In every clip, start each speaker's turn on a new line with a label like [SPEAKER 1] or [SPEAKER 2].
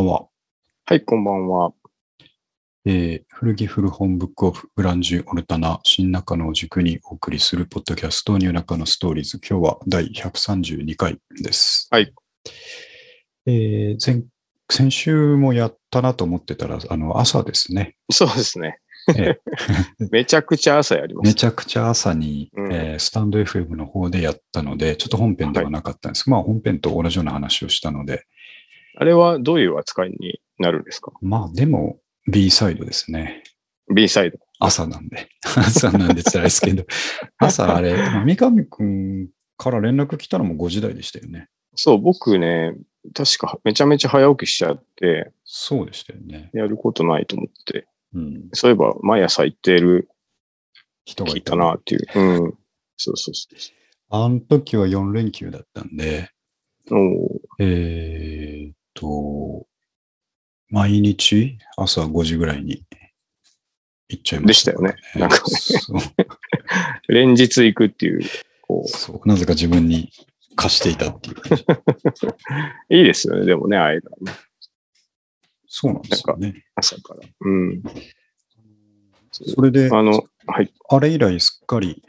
[SPEAKER 1] はい、こんばんは。
[SPEAKER 2] えー古着古本ブックオフ、ブランジュ、オルタナ、新中野を軸にお送りするポッドキャスト、ニューナカのストーリーズ。今日は第132回です。
[SPEAKER 1] はい。
[SPEAKER 2] えー先先週もやったなと思ってたら、あの、朝ですね。
[SPEAKER 1] そうですね
[SPEAKER 2] え。
[SPEAKER 1] めちゃくちゃ朝やりま
[SPEAKER 2] め
[SPEAKER 1] す。
[SPEAKER 2] ちゃくちゃ朝に、
[SPEAKER 1] うん
[SPEAKER 2] えースタンド FM の方でやったので、ちょっと本編ではなかったんですまあ本編と同じような話をしたので、
[SPEAKER 1] あれはどういう扱いになるんですか
[SPEAKER 2] まあでも B サイドですね。
[SPEAKER 1] ?B サイド。
[SPEAKER 2] 朝なんで、 朝なんで辛いですけ ど、朝あれ、三上くんから連絡来たのも5時台でしたよね。
[SPEAKER 1] そう、僕ね、確かめちゃめちゃ早起きしちゃって、
[SPEAKER 2] そうでしたよね。
[SPEAKER 1] やることないと思って、
[SPEAKER 2] うん。
[SPEAKER 1] そういえば毎朝行ってる、
[SPEAKER 2] 人が
[SPEAKER 1] 聞い
[SPEAKER 2] い
[SPEAKER 1] た
[SPEAKER 2] た
[SPEAKER 1] なっていう。うん。そうそうそ
[SPEAKER 2] あの時は4連休だったんで、
[SPEAKER 1] う。おー
[SPEAKER 2] えーっと、毎日朝5時ぐらいに行っちゃいま
[SPEAKER 1] で
[SPEAKER 2] し
[SPEAKER 1] した
[SPEAKER 2] た。
[SPEAKER 1] よね。なんか、
[SPEAKER 2] そう
[SPEAKER 1] 連日行くっていう、こ
[SPEAKER 2] そう。なぜか自分に貸していたっていう感 じ。
[SPEAKER 1] う、いいですよね。でもね、ああいうのはね
[SPEAKER 2] そうなんですよね。
[SPEAKER 1] 朝から。うん。
[SPEAKER 2] それで、
[SPEAKER 1] あの、はい。
[SPEAKER 2] あれ以来すっかり、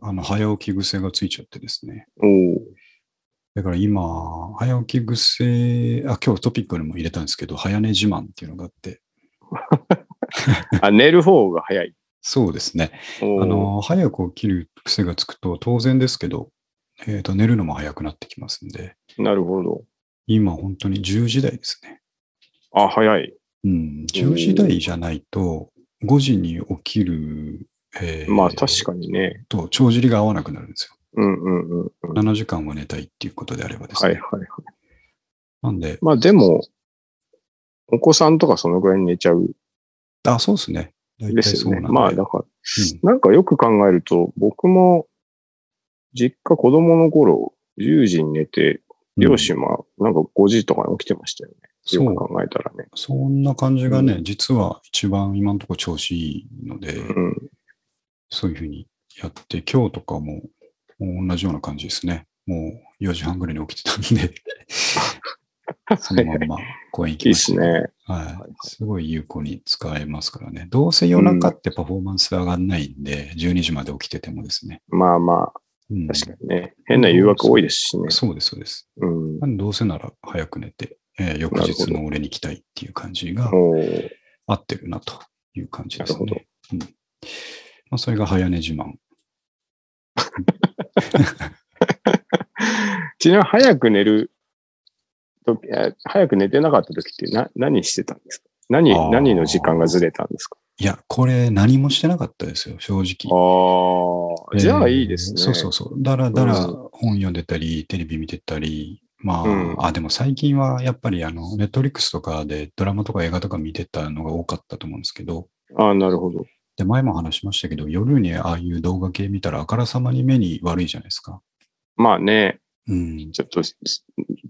[SPEAKER 2] あの、早起き癖がついちゃってですね。
[SPEAKER 1] おー
[SPEAKER 2] だから今、早起き癖、あ、今日トピックにも入れたんですけど、早寝自慢っていうのがあって、
[SPEAKER 1] あ、寝る方が早い。
[SPEAKER 2] そうですね。
[SPEAKER 1] おー
[SPEAKER 2] あの、早く起きる癖がつくと、当然ですけど、えっ、と、寝るのも早くなってきますんで、
[SPEAKER 1] なるほど。
[SPEAKER 2] 今本当に10時台ですね。
[SPEAKER 1] あ、早い。
[SPEAKER 2] うん、10時台じゃないと、5時に起きる、えー
[SPEAKER 1] まあ確かにね。
[SPEAKER 2] と、帳尻が合わなくなるんです
[SPEAKER 1] うんうんうんうん。
[SPEAKER 2] よ。
[SPEAKER 1] はい
[SPEAKER 2] 7時間は寝たいっていうことであればです
[SPEAKER 1] は
[SPEAKER 2] ね。
[SPEAKER 1] いはい。
[SPEAKER 2] なんで、
[SPEAKER 1] まあでも、お子さんとかそのぐらいに寝ちゃう
[SPEAKER 2] あ、そうですね。大
[SPEAKER 1] んで
[SPEAKER 2] 体
[SPEAKER 1] す
[SPEAKER 2] そ
[SPEAKER 1] よ
[SPEAKER 2] う
[SPEAKER 1] ね。
[SPEAKER 2] なんで。
[SPEAKER 1] まあだか
[SPEAKER 2] う
[SPEAKER 1] ら、
[SPEAKER 2] ん
[SPEAKER 1] なんかよく考えると、僕も、実家子供の頃、10時に寝て、両親はなんか5時とかに起きてましたよね。
[SPEAKER 2] そう
[SPEAKER 1] よく考えたらね。
[SPEAKER 2] そんな感じがね、
[SPEAKER 1] う
[SPEAKER 2] 実は一番今のところ調子いいので、
[SPEAKER 1] うん。
[SPEAKER 2] そういうふうにやって、今日とかももう同じような感じですね。もう4時半ぐらいに起きてたん で、そのまんま公園行
[SPEAKER 1] い
[SPEAKER 2] き
[SPEAKER 1] いっ
[SPEAKER 2] まし
[SPEAKER 1] す
[SPEAKER 2] た。
[SPEAKER 1] ね。
[SPEAKER 2] はい。すごい有効に使えますからね。どうせ夜中ってパフォーマンス上がんないんで、12時まで起きててもですね。
[SPEAKER 1] まあまあ、
[SPEAKER 2] うん、
[SPEAKER 1] 確かにね。変な誘惑多いですしね。
[SPEAKER 2] そうです、そうです。
[SPEAKER 1] うん。
[SPEAKER 2] なんでどうせなら早く寝て、えー翌
[SPEAKER 1] なるほ
[SPEAKER 2] 日
[SPEAKER 1] ど
[SPEAKER 2] の俺に来たいっていう感じが
[SPEAKER 1] おー
[SPEAKER 2] 合ってるなという感じです
[SPEAKER 1] なる
[SPEAKER 2] ね。うんまあ、それが早寝自慢。
[SPEAKER 1] ちなみに早く寝る時、え早く寝てなかった時ってな何してたんですか何
[SPEAKER 2] あー、
[SPEAKER 1] 何の時間がずれたんですか
[SPEAKER 2] いや、これ何もしてなかったですよ、正
[SPEAKER 1] あ
[SPEAKER 2] 直。
[SPEAKER 1] あ、じゃあいいですね。
[SPEAKER 2] えーそうそうそう。だらだら
[SPEAKER 1] う
[SPEAKER 2] 本読んでたり、テレビ見てたり、まあ、
[SPEAKER 1] うん
[SPEAKER 2] あ、でも最近はやっぱりあの、ネットリックスとかでドラマとか映画とか見てたのが多かったと思うんですけど、
[SPEAKER 1] ああ、なるほど。
[SPEAKER 2] で、前も話しましたけど、夜にああいう動画系見たらあからさまに目に悪いじゃないですか。
[SPEAKER 1] まあね、
[SPEAKER 2] うん。
[SPEAKER 1] ちょっと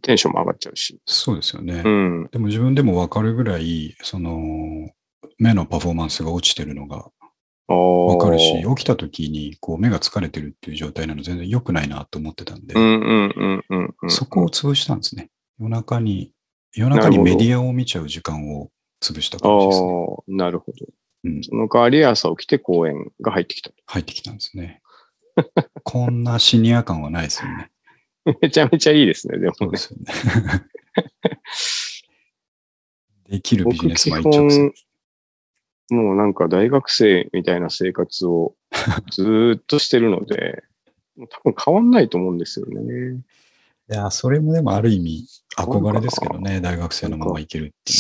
[SPEAKER 1] テンションも上がっちゃうし。
[SPEAKER 2] そうですよね。
[SPEAKER 1] うん。
[SPEAKER 2] でも自分でもわかるぐらい、その、目のパフォーマンスが落ちてるのが
[SPEAKER 1] あ
[SPEAKER 2] わ
[SPEAKER 1] あ。
[SPEAKER 2] かるし、起きた時にこう目が疲れてるっていう状態なの全然良くないなと思ってたんで、
[SPEAKER 1] うんうんうんうんうん。
[SPEAKER 2] そこを潰したんですね。夜中に、夜中
[SPEAKER 1] な
[SPEAKER 2] に
[SPEAKER 1] るほ
[SPEAKER 2] メ
[SPEAKER 1] ど
[SPEAKER 2] ディアを見ちゃう時間を潰した感じですね。
[SPEAKER 1] ああ、なるほど。
[SPEAKER 2] うん
[SPEAKER 1] その代わり朝起きて公園が入ってきた。
[SPEAKER 2] 入ってきたんですね。 こんなシニア感はないですよね。
[SPEAKER 1] めちゃめちゃいいですね、で
[SPEAKER 2] そ
[SPEAKER 1] も
[SPEAKER 2] う
[SPEAKER 1] ね
[SPEAKER 2] で。すよね。 できるビジ
[SPEAKER 1] 僕
[SPEAKER 2] ネス
[SPEAKER 1] 基
[SPEAKER 2] マン一直線
[SPEAKER 1] 本、もうなんか大学生みたいな生 活をずーっとしてるので、もう多分変わんないと思うんですよね。
[SPEAKER 2] いや、それもでもある意味憧れですけどね、大学生のままいけるってい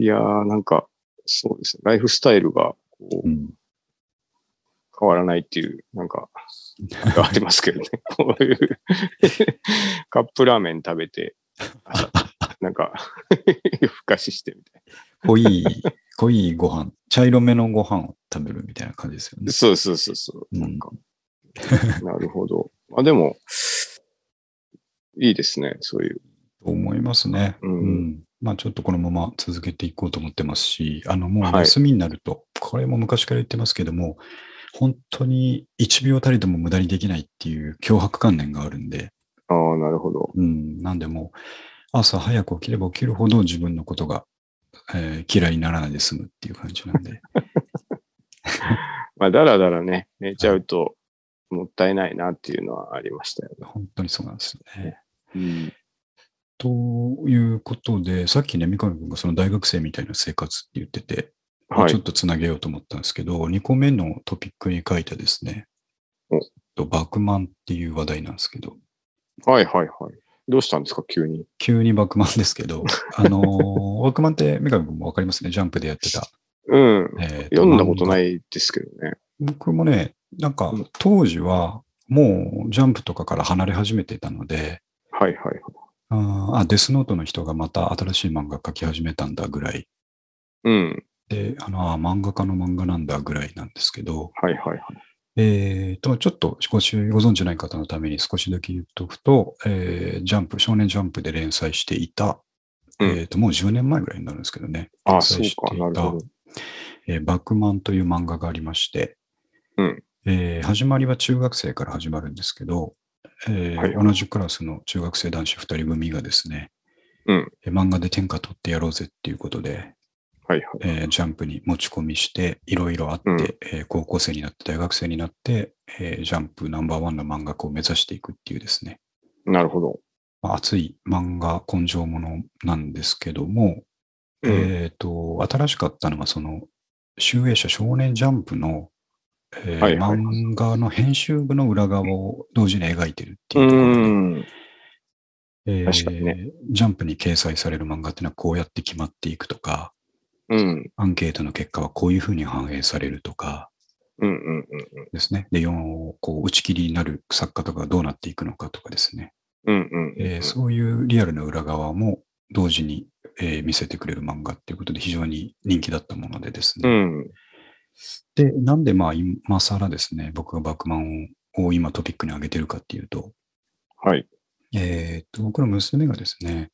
[SPEAKER 2] う
[SPEAKER 1] いやー、なんか、そうですね。ライフスタイルがこう
[SPEAKER 2] のはね。うん
[SPEAKER 1] 変わらないっていう、なんか、なんかありますけ どね。こういう、カップラーメン食べて、朝なんか、夜更かししてみたい
[SPEAKER 2] 濃 い、濃いご飯、茶色めのご飯を食べるみたいな感じですよね
[SPEAKER 1] な。。そうそうそうそう。なんか、なるほど。あ、でも、いいですね。そういう。
[SPEAKER 2] と思いますね。
[SPEAKER 1] うん
[SPEAKER 2] まあちょっとこのまま続けていこうと思ってますし、あのもう
[SPEAKER 1] はい
[SPEAKER 2] 休みになると、これも昔から言ってますけども、本当に1秒たりとも無駄にできないっていう脅迫観念があるんで、
[SPEAKER 1] ああ、なるほど。
[SPEAKER 2] うん、なんでもう朝早く起きれば起きるほど自分のことがえー嫌いにならないで済むっていう感じなんで。
[SPEAKER 1] まあ、だらだらね、寝ちゃうと、もったいないなっていうのはありましたよね。
[SPEAKER 2] 本当にそうなんですよね。
[SPEAKER 1] うん。
[SPEAKER 2] ということで、さっきね、三上君がその大学生みたいな生活って言ってて、
[SPEAKER 1] は
[SPEAKER 2] ちょ
[SPEAKER 1] い
[SPEAKER 2] っ。とつなげようと思ったんですけど、2個目のトピックに書いたですね
[SPEAKER 1] お、
[SPEAKER 2] とバクマンっていう話題なんですけど、
[SPEAKER 1] はいはいはい。どうしたんですか、急に。
[SPEAKER 2] 急にバクマンですけ ど、あのーバクマンって三上君もわかりますね、ジャンプでやってた。
[SPEAKER 1] うん。
[SPEAKER 2] えー。
[SPEAKER 1] 読んだことないいですけどね。
[SPEAKER 2] 僕もね、なんか
[SPEAKER 1] うん
[SPEAKER 2] 当時はもうジャンプとかから離れ始めてたので、
[SPEAKER 1] はいはいはい。
[SPEAKER 2] あーあ、デスノートの人がまた新しい漫画描き始めたんだぐらい
[SPEAKER 1] うん。
[SPEAKER 2] で、あの、あ漫画家の漫画なんだぐらいなんですけど、
[SPEAKER 1] はいはいはい。
[SPEAKER 2] えーと、ちょっと少しご存知ない方のために少しだけ言っておくと、えージャンプ、少年ジャンプで連載していた、
[SPEAKER 1] うん
[SPEAKER 2] えーと、もう10年前ぐらいになるんですけどね。
[SPEAKER 1] あ
[SPEAKER 2] 連
[SPEAKER 1] あ、そう
[SPEAKER 2] 載して
[SPEAKER 1] か。
[SPEAKER 2] い
[SPEAKER 1] なる
[SPEAKER 2] た
[SPEAKER 1] ほど。、
[SPEAKER 2] えーバックマンという漫画がありまして、
[SPEAKER 1] うん
[SPEAKER 2] えー始まりは中学生から始まるんですけど、えー
[SPEAKER 1] はい
[SPEAKER 2] 同じクラスの中学生男子2人組がですね、
[SPEAKER 1] うん
[SPEAKER 2] えー漫画で天下取ってやろうぜっていうことで、
[SPEAKER 1] はいはい。
[SPEAKER 2] えージャンプに持ち込みして、いろいろあって、
[SPEAKER 1] うん
[SPEAKER 2] えー高校生になって、大学生になって、えージャンプナンバーワンの漫画家を目指していくっていうですね、
[SPEAKER 1] なるほど。
[SPEAKER 2] まあ熱い漫画根性ものなんですけども、
[SPEAKER 1] うん。
[SPEAKER 2] えっ、と、新しかったのが、その、集英社少年ジャンプの、えー
[SPEAKER 1] はいはい
[SPEAKER 2] 漫画の編集部の裏側を同時に描いてるって
[SPEAKER 1] う
[SPEAKER 2] いうところで、
[SPEAKER 1] ん。
[SPEAKER 2] えー
[SPEAKER 1] 確かにね
[SPEAKER 2] ジャンプに掲載される漫画ってのはこうやって決まっていくとか、
[SPEAKER 1] うん。
[SPEAKER 2] アンケートの結果はこういうふうに反映されるとか、
[SPEAKER 1] うんうんうん。
[SPEAKER 2] ですね。で、4をこう打ち切りになる作家とかがどうなっていくのかとかですね。
[SPEAKER 1] うんうんうん。
[SPEAKER 2] えーそういうリアルな裏側も同時に、えー見せてくれる漫画っていうことで非常に人気だったものでです
[SPEAKER 1] う
[SPEAKER 2] ね。
[SPEAKER 1] ん。
[SPEAKER 2] で、なんでまあ今更ですね、僕がバックマンを今トピックに挙げてるかっていうと、
[SPEAKER 1] はい。
[SPEAKER 2] えーと、僕の娘がですね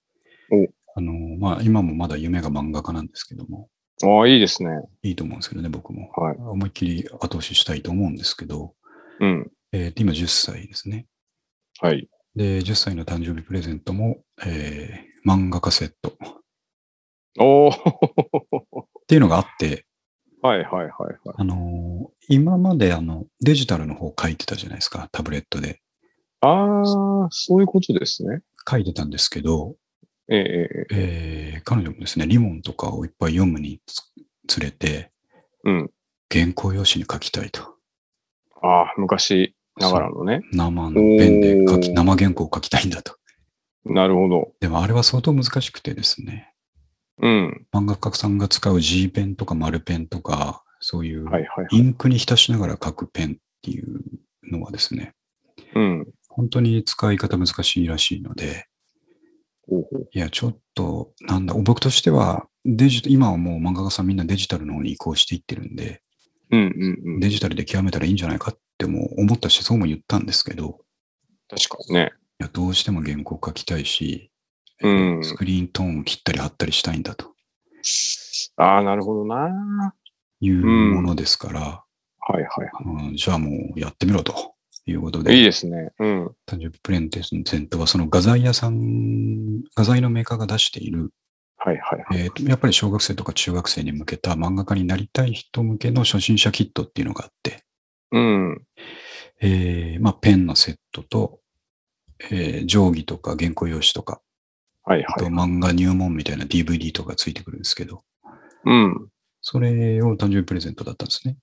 [SPEAKER 1] お、
[SPEAKER 2] あの、まあ今もまだ夢が漫画家なんですけども、
[SPEAKER 1] ああ、いいですね。
[SPEAKER 2] いいと思うんですけどね、僕も。
[SPEAKER 1] はい。
[SPEAKER 2] 思いっきり後押ししたいと思うんですけど、
[SPEAKER 1] うん。
[SPEAKER 2] えーと今10歳ですね。
[SPEAKER 1] はい。
[SPEAKER 2] で、10歳の誕生日プレゼントも、えー漫画カセットっ
[SPEAKER 1] おお
[SPEAKER 2] ていうのがあって、
[SPEAKER 1] はいはいはいはい。
[SPEAKER 2] あのー今まであのデジタルの方書いてたじゃないですか、タブレットで。
[SPEAKER 1] ああ、そういうことですね。
[SPEAKER 2] 書いてたんですけど、
[SPEAKER 1] ええええええ
[SPEAKER 2] えー彼女もですね、リモンとかをいっぱい読むにつれて、
[SPEAKER 1] うん。
[SPEAKER 2] 原稿用紙に書きたいと。
[SPEAKER 1] ああ、昔ながらのね。
[SPEAKER 2] 生のペンで書き、
[SPEAKER 1] おー
[SPEAKER 2] 生原稿を書きたいんだと。
[SPEAKER 1] なるほど。
[SPEAKER 2] でもあれは相当難しくてですね、
[SPEAKER 1] うん。
[SPEAKER 2] 漫画家さんが使う G ペンとか丸ペンとか、そういう
[SPEAKER 1] はいはいはい。
[SPEAKER 2] インクに浸しながら書くペンっていうのはですね、
[SPEAKER 1] うん。
[SPEAKER 2] 本当に使い方難しいらしいので、
[SPEAKER 1] ほうほう
[SPEAKER 2] いや、ちょっと、なんだ、僕としては、デジ今はもう漫画家さんみんなデジタルの方に移行していってるんで、
[SPEAKER 1] うんうんうん。
[SPEAKER 2] デジタルで極めたらいいんじゃないかっても思ったし、そうも言ったんですけど、
[SPEAKER 1] 確かにね。
[SPEAKER 2] いやどうしても原稿書きたいし、
[SPEAKER 1] うん
[SPEAKER 2] スクリーントーンを切ったり貼ったりしたいんだと
[SPEAKER 1] ああ、なるほどな。は
[SPEAKER 2] いう
[SPEAKER 1] うん
[SPEAKER 2] ものですから、
[SPEAKER 1] いはいは
[SPEAKER 2] うんじゃあもうやってみろということで。
[SPEAKER 1] い。いいですね。うん。
[SPEAKER 2] 誕生日プレゼントは、その画材屋さん、画材のメーカーが出している、
[SPEAKER 1] はいはいはい。
[SPEAKER 2] えーとやっぱり小学生とか中学生に向けた漫画家になりたい人向けの初心者キットっていうのがあって、
[SPEAKER 1] うん。
[SPEAKER 2] えーまあ、ペンのセットと、えー定規とか原稿用紙とか、
[SPEAKER 1] はい
[SPEAKER 2] あと
[SPEAKER 1] はい。
[SPEAKER 2] 漫画入門みたいな DVD とかついてくるんですけど、
[SPEAKER 1] うん。
[SPEAKER 2] それを誕生日プレゼントだったんですね。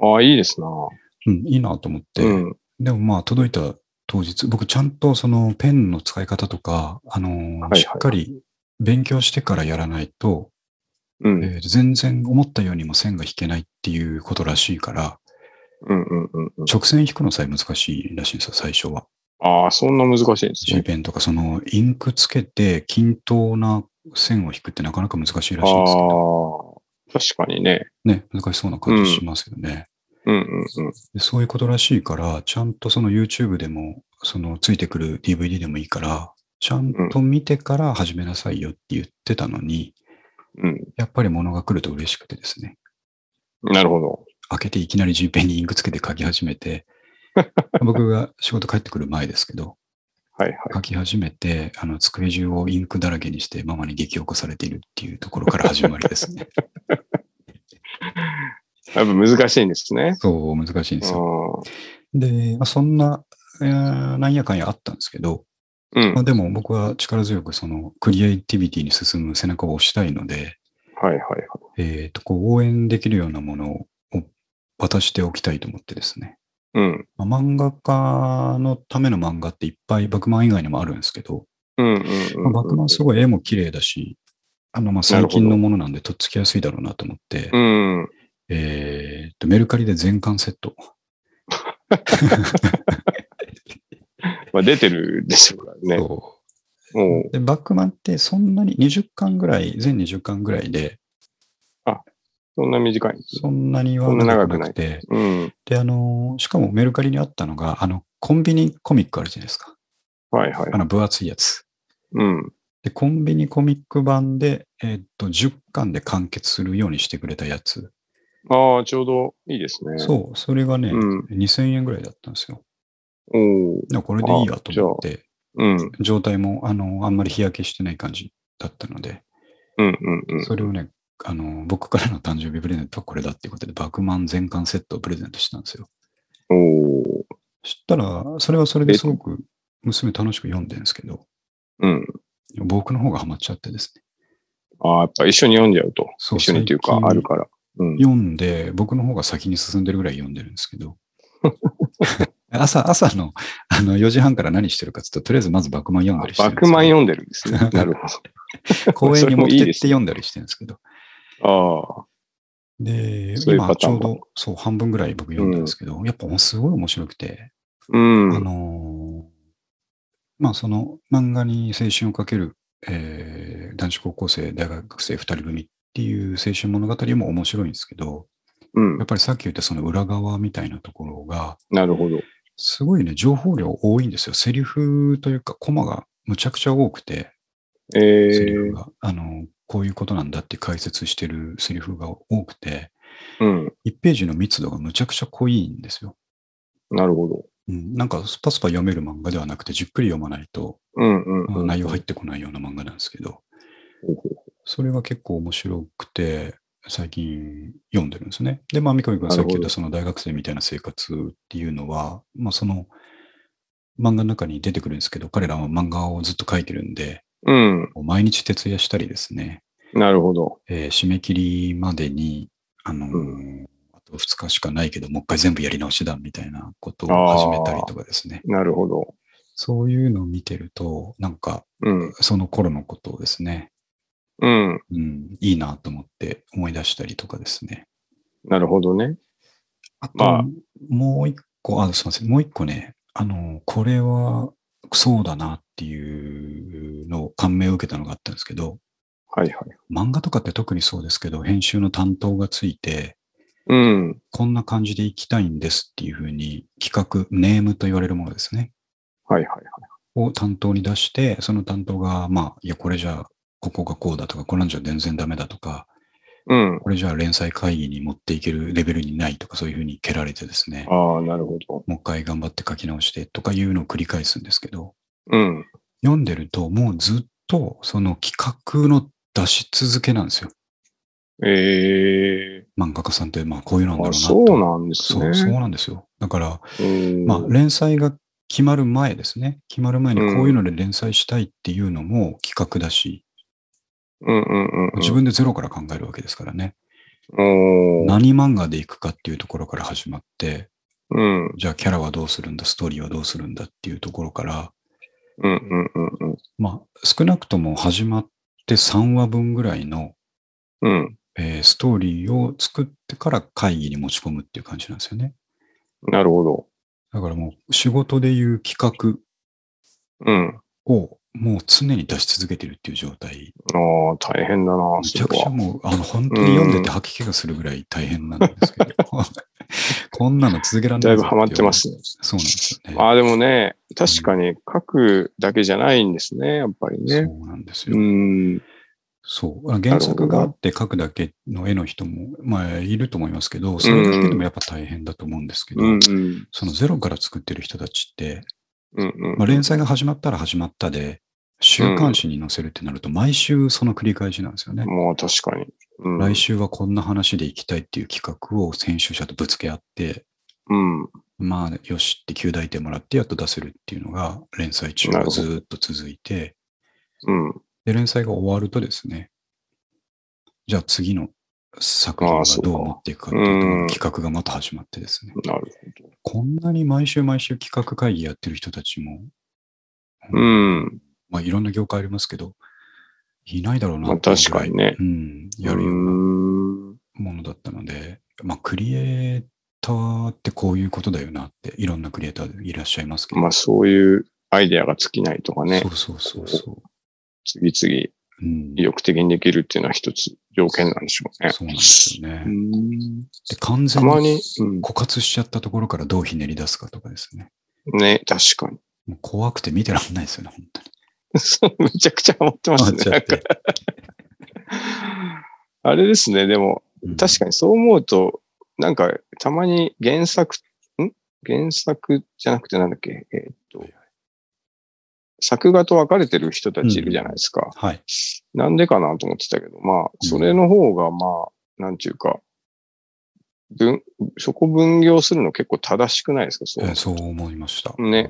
[SPEAKER 1] ああ、いいですな。
[SPEAKER 2] うん、いいなと思って、
[SPEAKER 1] うん。
[SPEAKER 2] でもまあ届いた当日、僕ちゃんとそのペンの使い方とか、あのー
[SPEAKER 1] はいはい
[SPEAKER 2] しっかり勉強してからやらないと、
[SPEAKER 1] うん。
[SPEAKER 2] えー全然思ったようにも線が引けないっていうことらしいから、
[SPEAKER 1] うんうんうんうん。
[SPEAKER 2] 直線引くのさえ難しいらしいんですよ、最初は。
[SPEAKER 1] ああ、そんな難しいんですね
[SPEAKER 2] G。ペンとか、そのインクつけて均等な線を引くってなかなか難しいらしいんですけど、
[SPEAKER 1] ああ、確かにね。
[SPEAKER 2] ね、難しそうな感じしますよね。
[SPEAKER 1] うんうんうん。
[SPEAKER 2] でそういうことらしいから、ちゃんとその YouTube でも、そのついてくる DVD でもいいから、ちゃんと見てから始めなさいよって言ってたのに、
[SPEAKER 1] うん。
[SPEAKER 2] やっぱり物が来ると嬉しくてですね、
[SPEAKER 1] なるほど。
[SPEAKER 2] 開けていきなり G ペンにインクつけて書き始めて、僕が仕事帰ってくる前ですけど、
[SPEAKER 1] はいはい。
[SPEAKER 2] 書き始めて、あの、机中をインクだらけにして、ママに激怒されているっていうところから始まりです ね。
[SPEAKER 1] やっぱ難しいんですね。
[SPEAKER 2] そう、難しいんですよ。
[SPEAKER 1] あ
[SPEAKER 2] で、まあ、そんな、えーなんやかんやあったんですけど、
[SPEAKER 1] ーう
[SPEAKER 2] ま
[SPEAKER 1] ん。は
[SPEAKER 2] あ、
[SPEAKER 1] い
[SPEAKER 2] でも僕は力強くそのクリエイティビティに進む背中を押したいので、
[SPEAKER 1] はいはい。
[SPEAKER 2] えっ、と、こう応援できるようなものを渡しておきたいと思ってですね。
[SPEAKER 1] うん。
[SPEAKER 2] まあ、漫画家のための漫画っていっぱいバクマン以外にもあるんですけど、
[SPEAKER 1] うんうん
[SPEAKER 2] ま
[SPEAKER 1] うんう
[SPEAKER 2] あ
[SPEAKER 1] ん。
[SPEAKER 2] バクマンすごい絵も綺麗だし、あのまあ最近のものなんでとっつきやすいだろうなと思って、
[SPEAKER 1] うん。は
[SPEAKER 2] えっと、メルカリで全巻セット。
[SPEAKER 1] まあ出てるでしょうからね。
[SPEAKER 2] そう
[SPEAKER 1] もう、
[SPEAKER 2] で、バックマンってそんなに20巻ぐらい、全20巻ぐらいで、
[SPEAKER 1] そんな短いんですね
[SPEAKER 2] そんなには
[SPEAKER 1] そんな長く
[SPEAKER 2] な
[SPEAKER 1] ない
[SPEAKER 2] くて、
[SPEAKER 1] うん。
[SPEAKER 2] で、あのー、しかもメルカリにあったのが、あの、コンビニコミックあるじゃないですか。
[SPEAKER 1] はいはい
[SPEAKER 2] あ。の、分厚いやつ。
[SPEAKER 1] うん。
[SPEAKER 2] で、コンビニコミック版で、えーっと、10巻で完結するようにしてくれたやつ。
[SPEAKER 1] ああ、ちょうどいいですね。
[SPEAKER 2] そう、それがね、
[SPEAKER 1] うん
[SPEAKER 2] 2000円ぐらいだったんですよ。
[SPEAKER 1] う。おー
[SPEAKER 2] だからこれでいいやと思って、
[SPEAKER 1] うん。
[SPEAKER 2] 状態も、あのー、あんまり日焼けしてない感じだったので、
[SPEAKER 1] うんうんうん。
[SPEAKER 2] それをね、あの、僕からの誕生日プレゼントはこれだっていうことで、バクマン全巻セットをプレゼントしたんですよ。
[SPEAKER 1] おー
[SPEAKER 2] そしたら、それはそれですごく娘楽しく読んでるんですけど、
[SPEAKER 1] うん。
[SPEAKER 2] 僕の方がハマっちゃってですね。
[SPEAKER 1] ああ、やっぱ一緒に読んじゃうと。
[SPEAKER 2] そう
[SPEAKER 1] 一緒にっていうか
[SPEAKER 2] 最、近
[SPEAKER 1] あるから。うん。
[SPEAKER 2] 読んで、僕の方が先に進んでるぐらい読んでるんですけど、 朝、朝のあの4時半から何してるかって言ったら、とりあえずまずバクマン読ん
[SPEAKER 1] あ
[SPEAKER 2] だりしてるんで
[SPEAKER 1] バ
[SPEAKER 2] すけ
[SPEAKER 1] ク
[SPEAKER 2] ど
[SPEAKER 1] マン読んでるんで すね。なるほ
[SPEAKER 2] 公園に持って
[SPEAKER 1] それもい
[SPEAKER 2] っ
[SPEAKER 1] い
[SPEAKER 2] て
[SPEAKER 1] です
[SPEAKER 2] 読んだりしてるんですけど、
[SPEAKER 1] ど。ああ。
[SPEAKER 2] で、
[SPEAKER 1] そういう
[SPEAKER 2] 今
[SPEAKER 1] パ
[SPEAKER 2] ち
[SPEAKER 1] ター
[SPEAKER 2] ょ
[SPEAKER 1] ン
[SPEAKER 2] う
[SPEAKER 1] も
[SPEAKER 2] どそう半分ぐらい僕読んだんですけど、やっぱすごい面白くて、
[SPEAKER 1] うん。
[SPEAKER 2] あのーまあその漫画に青春をかける、えー男子高校生、大学生2人組っていう青春物語も面白いんですけど、
[SPEAKER 1] うん
[SPEAKER 2] やっ。ぱりさっき言ったその裏側みたいなところが、
[SPEAKER 1] なるほど。
[SPEAKER 2] すごいね、情報量多いんですよ。セリフというか、コマがむちゃくちゃ多くて、
[SPEAKER 1] え
[SPEAKER 2] セリフ
[SPEAKER 1] ー。
[SPEAKER 2] が、あの、こういうことなんだって解説してるセリフが多くて、
[SPEAKER 1] うん。
[SPEAKER 2] 1ページの密度がむちゃくちゃ濃いんですよ。
[SPEAKER 1] なるほど。
[SPEAKER 2] うん、なんかスパスパ読める漫画ではなくて、じっくり読まないと、
[SPEAKER 1] うんうん
[SPEAKER 2] まあ
[SPEAKER 1] うん。
[SPEAKER 2] 内容入ってこないような漫画なんですけど、
[SPEAKER 1] ほうほう
[SPEAKER 2] それが結構面白くて、最近読んでるんですね。で、まあ、三上君がさっき言っ
[SPEAKER 1] なるほ
[SPEAKER 2] た
[SPEAKER 1] ど
[SPEAKER 2] その大学生みたいな生活っていうのは、まあ、その漫画の中に出てくるんですけど、彼らは漫画をずっと描いてるんで、
[SPEAKER 1] うん。
[SPEAKER 2] もう毎日徹夜したりですね、
[SPEAKER 1] なるほど。
[SPEAKER 2] えー締め切りまでに、あのー
[SPEAKER 1] う
[SPEAKER 2] あと2日しかないけど、もう一回全部やり直しだみたいなことを始めたりとかですね。
[SPEAKER 1] なるほど。
[SPEAKER 2] そういうのを見てると、なんか、
[SPEAKER 1] うん。
[SPEAKER 2] その頃のことをですね、
[SPEAKER 1] うん。
[SPEAKER 2] うん、いいなと思って思い出したりとかですね。
[SPEAKER 1] なるほどね。
[SPEAKER 2] あと、
[SPEAKER 1] まあ
[SPEAKER 2] もう一個、あ、すみません、もう一個ね、あの、これはそうだなっていうのを感銘を受けたのがあったんですけど、
[SPEAKER 1] はいはい。
[SPEAKER 2] 漫画とかって特にそうですけど、編集の担当がついて、
[SPEAKER 1] うん。
[SPEAKER 2] こんな感じでいきたいんですっていうふうに企画、ネームと言われるものですね、
[SPEAKER 1] はいはいはい。
[SPEAKER 2] を担当に出して、その担当が、まあ、いや、これじゃあ、ここがこうだとか、これなんじゃ全然ダメだとか、
[SPEAKER 1] うん。
[SPEAKER 2] これじゃあ連載会議に持っていけるレベルにないとか、そういうふうに蹴られてですね、
[SPEAKER 1] ああ、なるほ
[SPEAKER 2] も
[SPEAKER 1] ど。
[SPEAKER 2] う一回頑張って書き直してとかいうのを繰り返すんですけど、
[SPEAKER 1] うん。
[SPEAKER 2] 読んでるともうずっとその企画の出し続けなんですよ。
[SPEAKER 1] ええ
[SPEAKER 2] 漫画家さんってまあこういうのなんだろう
[SPEAKER 1] あ、
[SPEAKER 2] な
[SPEAKER 1] そ
[SPEAKER 2] と
[SPEAKER 1] うなんです
[SPEAKER 2] そう、そう
[SPEAKER 1] ね。
[SPEAKER 2] なんですよ。だから、
[SPEAKER 1] うん
[SPEAKER 2] まあ連載が決まる前ですね。決まる前にこういうので連載したいっていうのも企画だし、
[SPEAKER 1] うんうんうんうん。
[SPEAKER 2] 自分でゼロから考えるわけですからね。
[SPEAKER 1] おー
[SPEAKER 2] 何漫画でいくかっていうところから始まって、
[SPEAKER 1] うん。
[SPEAKER 2] じゃあキャラはどうするんだ、ストーリーはどうするんだっていうところから、
[SPEAKER 1] うんうんうんうん。
[SPEAKER 2] まあ、少なくとも始まって3話分ぐらいの、
[SPEAKER 1] うん。
[SPEAKER 2] えーストーリーを作ってから会議に持ち込むっていう感じなんですよね。
[SPEAKER 1] なるほど。
[SPEAKER 2] だからもう仕事でいう企
[SPEAKER 1] うん。
[SPEAKER 2] 画をもう常に出し続けてるっていう状態。
[SPEAKER 1] ああ、大変だな、
[SPEAKER 2] め
[SPEAKER 1] そ
[SPEAKER 2] ちゃく
[SPEAKER 1] れ
[SPEAKER 2] ちゃ
[SPEAKER 1] は。
[SPEAKER 2] もう、あの、本当に読んでて吐き気がするぐらい大変なんです けど、こんなの続けられな
[SPEAKER 1] だ
[SPEAKER 2] い
[SPEAKER 1] い
[SPEAKER 2] ぞい
[SPEAKER 1] ぶ
[SPEAKER 2] う
[SPEAKER 1] ハマってますね。
[SPEAKER 2] そうなんですよね。
[SPEAKER 1] ああ、でもね、確かに書くだけじゃないんですね、やっぱりね。
[SPEAKER 2] そうなんです
[SPEAKER 1] う
[SPEAKER 2] よ。
[SPEAKER 1] ん。
[SPEAKER 2] そう。あ原作があって描くだけの絵の人も、まあ、いると思いますけど、それだけでもやっぱ大変だと思うんですけど、
[SPEAKER 1] うんうん。
[SPEAKER 2] そのゼロから作ってる人たちって、
[SPEAKER 1] うんうん。
[SPEAKER 2] まあ、連載が始まったら始まったで、週刊誌に載せるってなると、毎週その繰り返しなんですよね。
[SPEAKER 1] もう確かに。うん、
[SPEAKER 2] 来週はこんな話でいきたいっていう企画を編集者とぶつけ合って、
[SPEAKER 1] うん。
[SPEAKER 2] まあ、よしって旧大点もらってやっと出せるっていうのが、連載中
[SPEAKER 1] な
[SPEAKER 2] は
[SPEAKER 1] るほ
[SPEAKER 2] ず
[SPEAKER 1] ど
[SPEAKER 2] ーっと続いて、
[SPEAKER 1] うん。
[SPEAKER 2] で、連載が終わるとですね、じゃあ次の作品
[SPEAKER 1] あ
[SPEAKER 2] は
[SPEAKER 1] あそうか
[SPEAKER 2] どう持っていくかっていうところ
[SPEAKER 1] う
[SPEAKER 2] の
[SPEAKER 1] ん
[SPEAKER 2] 企画がまた始まってですね、
[SPEAKER 1] なるほ
[SPEAKER 2] こんなに毎週毎週企画会議やってる人たちも、
[SPEAKER 1] ど。うん。
[SPEAKER 2] まあ、いろんな業界ありますけど、いないだろうな
[SPEAKER 1] まあ
[SPEAKER 2] っていう
[SPEAKER 1] 確
[SPEAKER 2] ぐら
[SPEAKER 1] か
[SPEAKER 2] い
[SPEAKER 1] にね。
[SPEAKER 2] うん、やるよ
[SPEAKER 1] う
[SPEAKER 2] うな
[SPEAKER 1] ーん。
[SPEAKER 2] ものだったので、まあ、クリエイターってこういうことだよなって、いろんなクリエイターいらっしゃいますけど、
[SPEAKER 1] まあそういうアイデアが尽きないとかね
[SPEAKER 2] そ、うそうそうそ
[SPEAKER 1] 次々
[SPEAKER 2] う。うん、
[SPEAKER 1] 意欲的にできるっていうのは一つ条件なんでしょうね。
[SPEAKER 2] そうなんですよね。で
[SPEAKER 1] うん
[SPEAKER 2] 完
[SPEAKER 1] た
[SPEAKER 2] 全
[SPEAKER 1] ま
[SPEAKER 2] に
[SPEAKER 1] に、うん、
[SPEAKER 2] 枯渇しちゃったところからどうひねり出すかとかですね。
[SPEAKER 1] ね、確かに。
[SPEAKER 2] もう怖くて見てらんないですよね、本当に。
[SPEAKER 1] そうめちゃくちゃハマってま
[SPEAKER 2] あ
[SPEAKER 1] し
[SPEAKER 2] っち
[SPEAKER 1] た
[SPEAKER 2] ゃ
[SPEAKER 1] ね
[SPEAKER 2] っ。て。
[SPEAKER 1] あれですね、でも、確
[SPEAKER 2] か
[SPEAKER 1] かにそう思うと、なんか、たまに原作、ん原作じゃなくてなんだっけ、えーっと
[SPEAKER 2] はいは、
[SPEAKER 1] 作画と分かれてる人たちいるじゃないですか。
[SPEAKER 2] に。はい。
[SPEAKER 1] なんでかなと思ってたけど、まあ、それの方が、まあ、なんていうか、分、そこ分業するの結構正しくないですかそう
[SPEAKER 2] え。そう思いました。
[SPEAKER 1] ね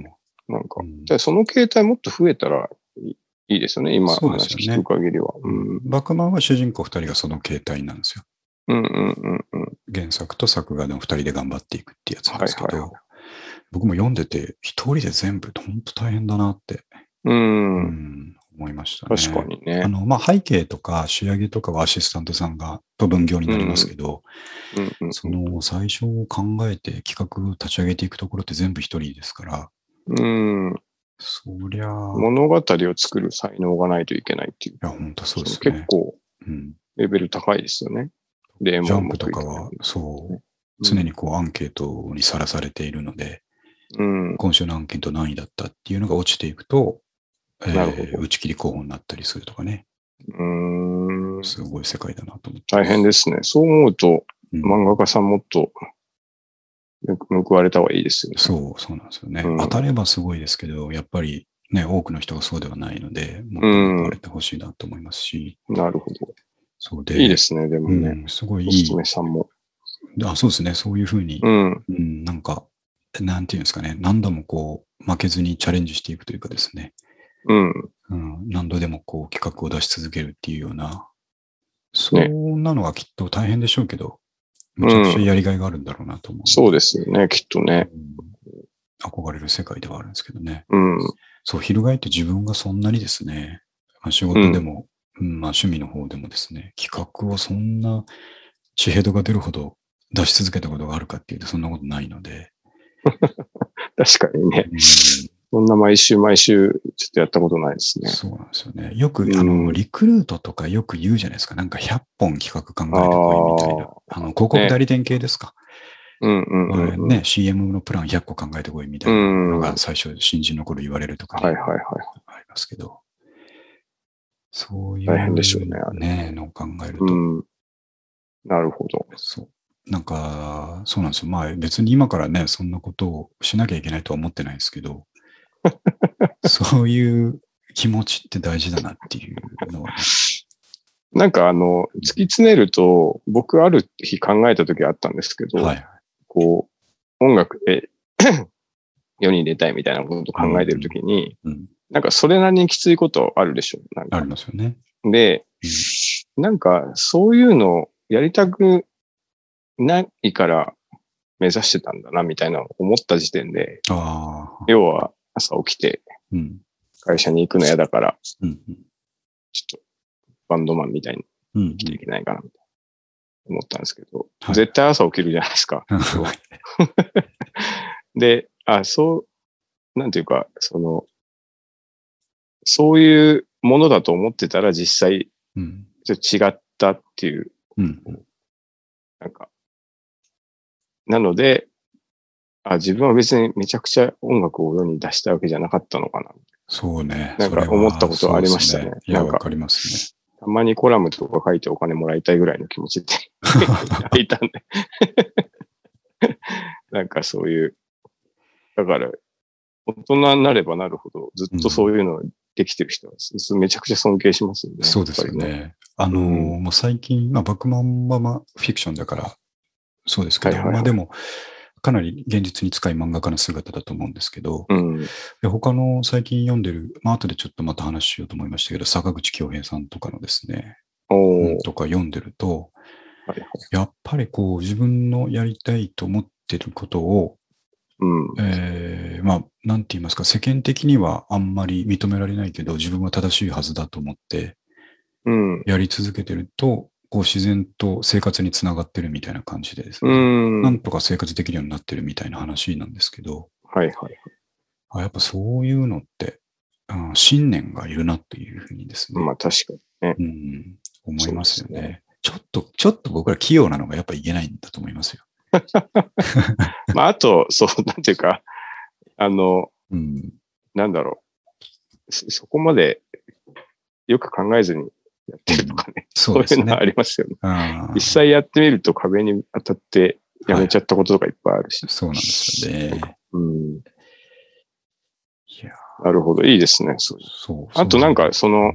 [SPEAKER 1] なん
[SPEAKER 2] う
[SPEAKER 1] か。
[SPEAKER 2] ん。
[SPEAKER 1] じゃあその形態もっと増えたらいいいですよね。今
[SPEAKER 2] そうです
[SPEAKER 1] 話
[SPEAKER 2] よね
[SPEAKER 1] 聞く限りは。う
[SPEAKER 2] うん
[SPEAKER 1] ん。
[SPEAKER 2] バックマンは主人公2人がその形態なんですよ。
[SPEAKER 1] うんうんうんうん。
[SPEAKER 2] 原作と作画の2人で頑張っていくってやつなんですけど、
[SPEAKER 1] はいはい
[SPEAKER 2] 僕も読んでて、1人で全部、本当大変だなって、
[SPEAKER 1] うん。
[SPEAKER 2] うん思いましたね。
[SPEAKER 1] 確かに
[SPEAKER 2] あ
[SPEAKER 1] ね。
[SPEAKER 2] の、まあ、背景とか仕上げとかはアシスタントさんがと分業になりますけど、
[SPEAKER 1] うんうん
[SPEAKER 2] その最初を考えて企画を立ち上げていくところって全部一人ですから、
[SPEAKER 1] うん。
[SPEAKER 2] そりゃあ、い
[SPEAKER 1] 物語を作る才能がないといけないっていう。
[SPEAKER 2] や、本当そうです
[SPEAKER 1] 結
[SPEAKER 2] ね。
[SPEAKER 1] 構
[SPEAKER 2] うん、
[SPEAKER 1] レベル高いですよね。レー
[SPEAKER 2] ジャ
[SPEAKER 1] モン
[SPEAKER 2] ン
[SPEAKER 1] も
[SPEAKER 2] プとかは
[SPEAKER 1] う、
[SPEAKER 2] そう、
[SPEAKER 1] ん
[SPEAKER 2] 常にこうアンケートにさらされているので、
[SPEAKER 1] うん。
[SPEAKER 2] 今週のアンケート何位だったっていうのが落ちていくと、えー
[SPEAKER 1] なるほど
[SPEAKER 2] 打ち切り候補になったりするとかね、
[SPEAKER 1] うん。
[SPEAKER 2] すごい世界だなと思って。
[SPEAKER 1] 大変ですね。そう思うと、
[SPEAKER 2] うん
[SPEAKER 1] 漫画家さんもっと報われた方がいいですよね。
[SPEAKER 2] そう、そうなんですよね。
[SPEAKER 1] うん
[SPEAKER 2] 当たればすごいですけど、やっぱりね、多くの人がそうではないので、もっ
[SPEAKER 1] う
[SPEAKER 2] と
[SPEAKER 1] ん
[SPEAKER 2] 言われてほしいなと思いますし、
[SPEAKER 1] なるほど。
[SPEAKER 2] そうで、
[SPEAKER 1] いいですね、でも
[SPEAKER 2] う
[SPEAKER 1] ね。
[SPEAKER 2] ん、すごい
[SPEAKER 1] お
[SPEAKER 2] いい
[SPEAKER 1] 勤めさんも。
[SPEAKER 2] あ。そうですね、そういうふうに、
[SPEAKER 1] うん。
[SPEAKER 2] うん、なんか、なんていうんですかね、何度もこう、負けずにチャレンジしていくというかですね、
[SPEAKER 1] うん。
[SPEAKER 2] うん、何度でもこう、企画を出し続けるっていうような、そんなのはきっと大変でしょうけど、めちゃくちゃやりがいがあるんだろうなと思う。
[SPEAKER 1] そうですよね、きっとね。
[SPEAKER 2] うん憧れる世界ではあるんですけどね。
[SPEAKER 1] うん。
[SPEAKER 2] そう、翻って自分がそんなにですね、まあ、仕事でも、うんまあ、趣味の方でもですね、企画をそんな地平度が出るほど出し続けたことがあるかっていうと、そんなことないので、
[SPEAKER 1] 確かにね。
[SPEAKER 2] うん
[SPEAKER 1] そんな毎週毎週、ちょっとやったことないですね。
[SPEAKER 2] そうなんですよね。よく、
[SPEAKER 1] うん
[SPEAKER 2] あの、リクルートとかよく言うじゃないですか。なんか100本企画考えてこいみたいな。あの、広告代理店系ですか。
[SPEAKER 1] うんうんうんうん。
[SPEAKER 2] ね、CM のプラン100個考えてこいみたいなの
[SPEAKER 1] う
[SPEAKER 2] が
[SPEAKER 1] ん
[SPEAKER 2] 最初、新人の頃言われるとか、
[SPEAKER 1] はいはいはい。
[SPEAKER 2] ありますけど、そういう、
[SPEAKER 1] 大変でしょうねあれ
[SPEAKER 2] ね、のを考えると、
[SPEAKER 1] うん。なるほど。
[SPEAKER 2] そう。なんか、そうなんですよ。まあ別に今からね、そんなことをしなきゃいけないとは思ってないですけ ど、そういう気持ちって大事だなっていうのは、
[SPEAKER 1] なんかあの、突き詰めると、僕ある日考えた時あったんですけど、
[SPEAKER 2] ね、はい。
[SPEAKER 1] こう、音楽で 世に出たいみたいなことを考えてる時に、
[SPEAKER 2] うん、
[SPEAKER 1] なんかそれなりにきついことあるでしょ。なん
[SPEAKER 2] あ
[SPEAKER 1] か
[SPEAKER 2] りますよね。
[SPEAKER 1] で、なんかそういうのやりたくないから目指してたんだなみたいなのを思った時点で、
[SPEAKER 2] ああ、
[SPEAKER 1] 要は朝起きて
[SPEAKER 2] うん。
[SPEAKER 1] 会社に行くの嫌だから、
[SPEAKER 2] うん。うん
[SPEAKER 1] ちょっとバンドマンみたいに
[SPEAKER 2] うん。うん
[SPEAKER 1] 生きていけないかなみたいな思ったんですけど、
[SPEAKER 2] はい
[SPEAKER 1] 絶対朝起きるじゃないですか。
[SPEAKER 2] はい
[SPEAKER 1] で、あ、そう、なんていうか、その、そういうものだと思ってたら実際
[SPEAKER 2] うん。
[SPEAKER 1] ちょっと違ったっていう
[SPEAKER 2] うん。
[SPEAKER 1] なんか。なので、あ、自分は別にめちゃくちゃ音楽を世に出したわけじゃなかったのかな。
[SPEAKER 2] そうね。
[SPEAKER 1] なんか
[SPEAKER 2] それは
[SPEAKER 1] 思ったことありましたね
[SPEAKER 2] そうですいや、
[SPEAKER 1] なんか
[SPEAKER 2] わかりますね。
[SPEAKER 1] たまにコラムとか書いてお金もらいたいぐらいの気持ち でいたんで。 なんかそういう、だから、大人になればなるほど、ずっとそういうのができてる人は、すめちゃくちゃ尊敬しますよね。
[SPEAKER 2] そうですよ
[SPEAKER 1] やっぱり。
[SPEAKER 2] ね。あのー
[SPEAKER 1] う
[SPEAKER 2] まあ、最近、まあ、バックマンはまあフィクションだから、そうですけど、
[SPEAKER 1] はいはいはい
[SPEAKER 2] まあでも、かなり現実に近い漫画家の姿だと思うんですけど、
[SPEAKER 1] うん。
[SPEAKER 2] で他の最近読んでる、まあ後でちょっとまた話しようと思いましたけど、坂口京平さんとかのですね、
[SPEAKER 1] お
[SPEAKER 2] う
[SPEAKER 1] ー
[SPEAKER 2] ん、とか読んでると、
[SPEAKER 1] はいはい。
[SPEAKER 2] やっぱりこう自分のやりたいと思ってることを、
[SPEAKER 1] うん。
[SPEAKER 2] えーまあ、なんて言いますか、世間的にはあんまり認められないけど、自分は正しいはずだと思って、
[SPEAKER 1] うん。
[SPEAKER 2] やり続けてると、こう自然と生活につながってるみたいな感じでです
[SPEAKER 1] う
[SPEAKER 2] ね、
[SPEAKER 1] ん。
[SPEAKER 2] な
[SPEAKER 1] は
[SPEAKER 2] んとか生活できるようになってるみたいな話なんですけど、
[SPEAKER 1] いはい。
[SPEAKER 2] あやっぱそういうのって、うん信念がいるなっていうふうにですね、
[SPEAKER 1] まあ確かに。
[SPEAKER 2] うん、思いますよ
[SPEAKER 1] そうです
[SPEAKER 2] ね。ちょっと、ちょっと僕ら器用なのがやっぱ言えないんだと思いますよ。
[SPEAKER 1] まああと、そう、なんていうか、あの、
[SPEAKER 2] うん。
[SPEAKER 1] なんだろう。そそこまでよく考えずにやってるとかね。
[SPEAKER 2] そ
[SPEAKER 1] そうう
[SPEAKER 2] で
[SPEAKER 1] い
[SPEAKER 2] す
[SPEAKER 1] うの
[SPEAKER 2] ね
[SPEAKER 1] はあ。りますよね。
[SPEAKER 2] あー
[SPEAKER 1] 実際やってみると壁に当たってやめちゃったこととかいっぱいあるし。
[SPEAKER 2] そうなんですよね。
[SPEAKER 1] うん。
[SPEAKER 2] いや、
[SPEAKER 1] なるほど。いいですね。そう
[SPEAKER 2] そう。
[SPEAKER 1] あとなんか、そ
[SPEAKER 2] そう
[SPEAKER 1] の、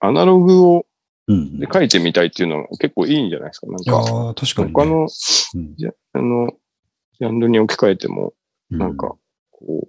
[SPEAKER 1] アナログを
[SPEAKER 2] うん。い
[SPEAKER 1] 書いてみたいっていうのも結構いいんじゃないですか。なん
[SPEAKER 2] や
[SPEAKER 1] か、
[SPEAKER 2] ー確かに、ね。
[SPEAKER 1] 他の、
[SPEAKER 2] うん、
[SPEAKER 1] あの、ジャンルに置き換えても、なん
[SPEAKER 2] う
[SPEAKER 1] か、こう、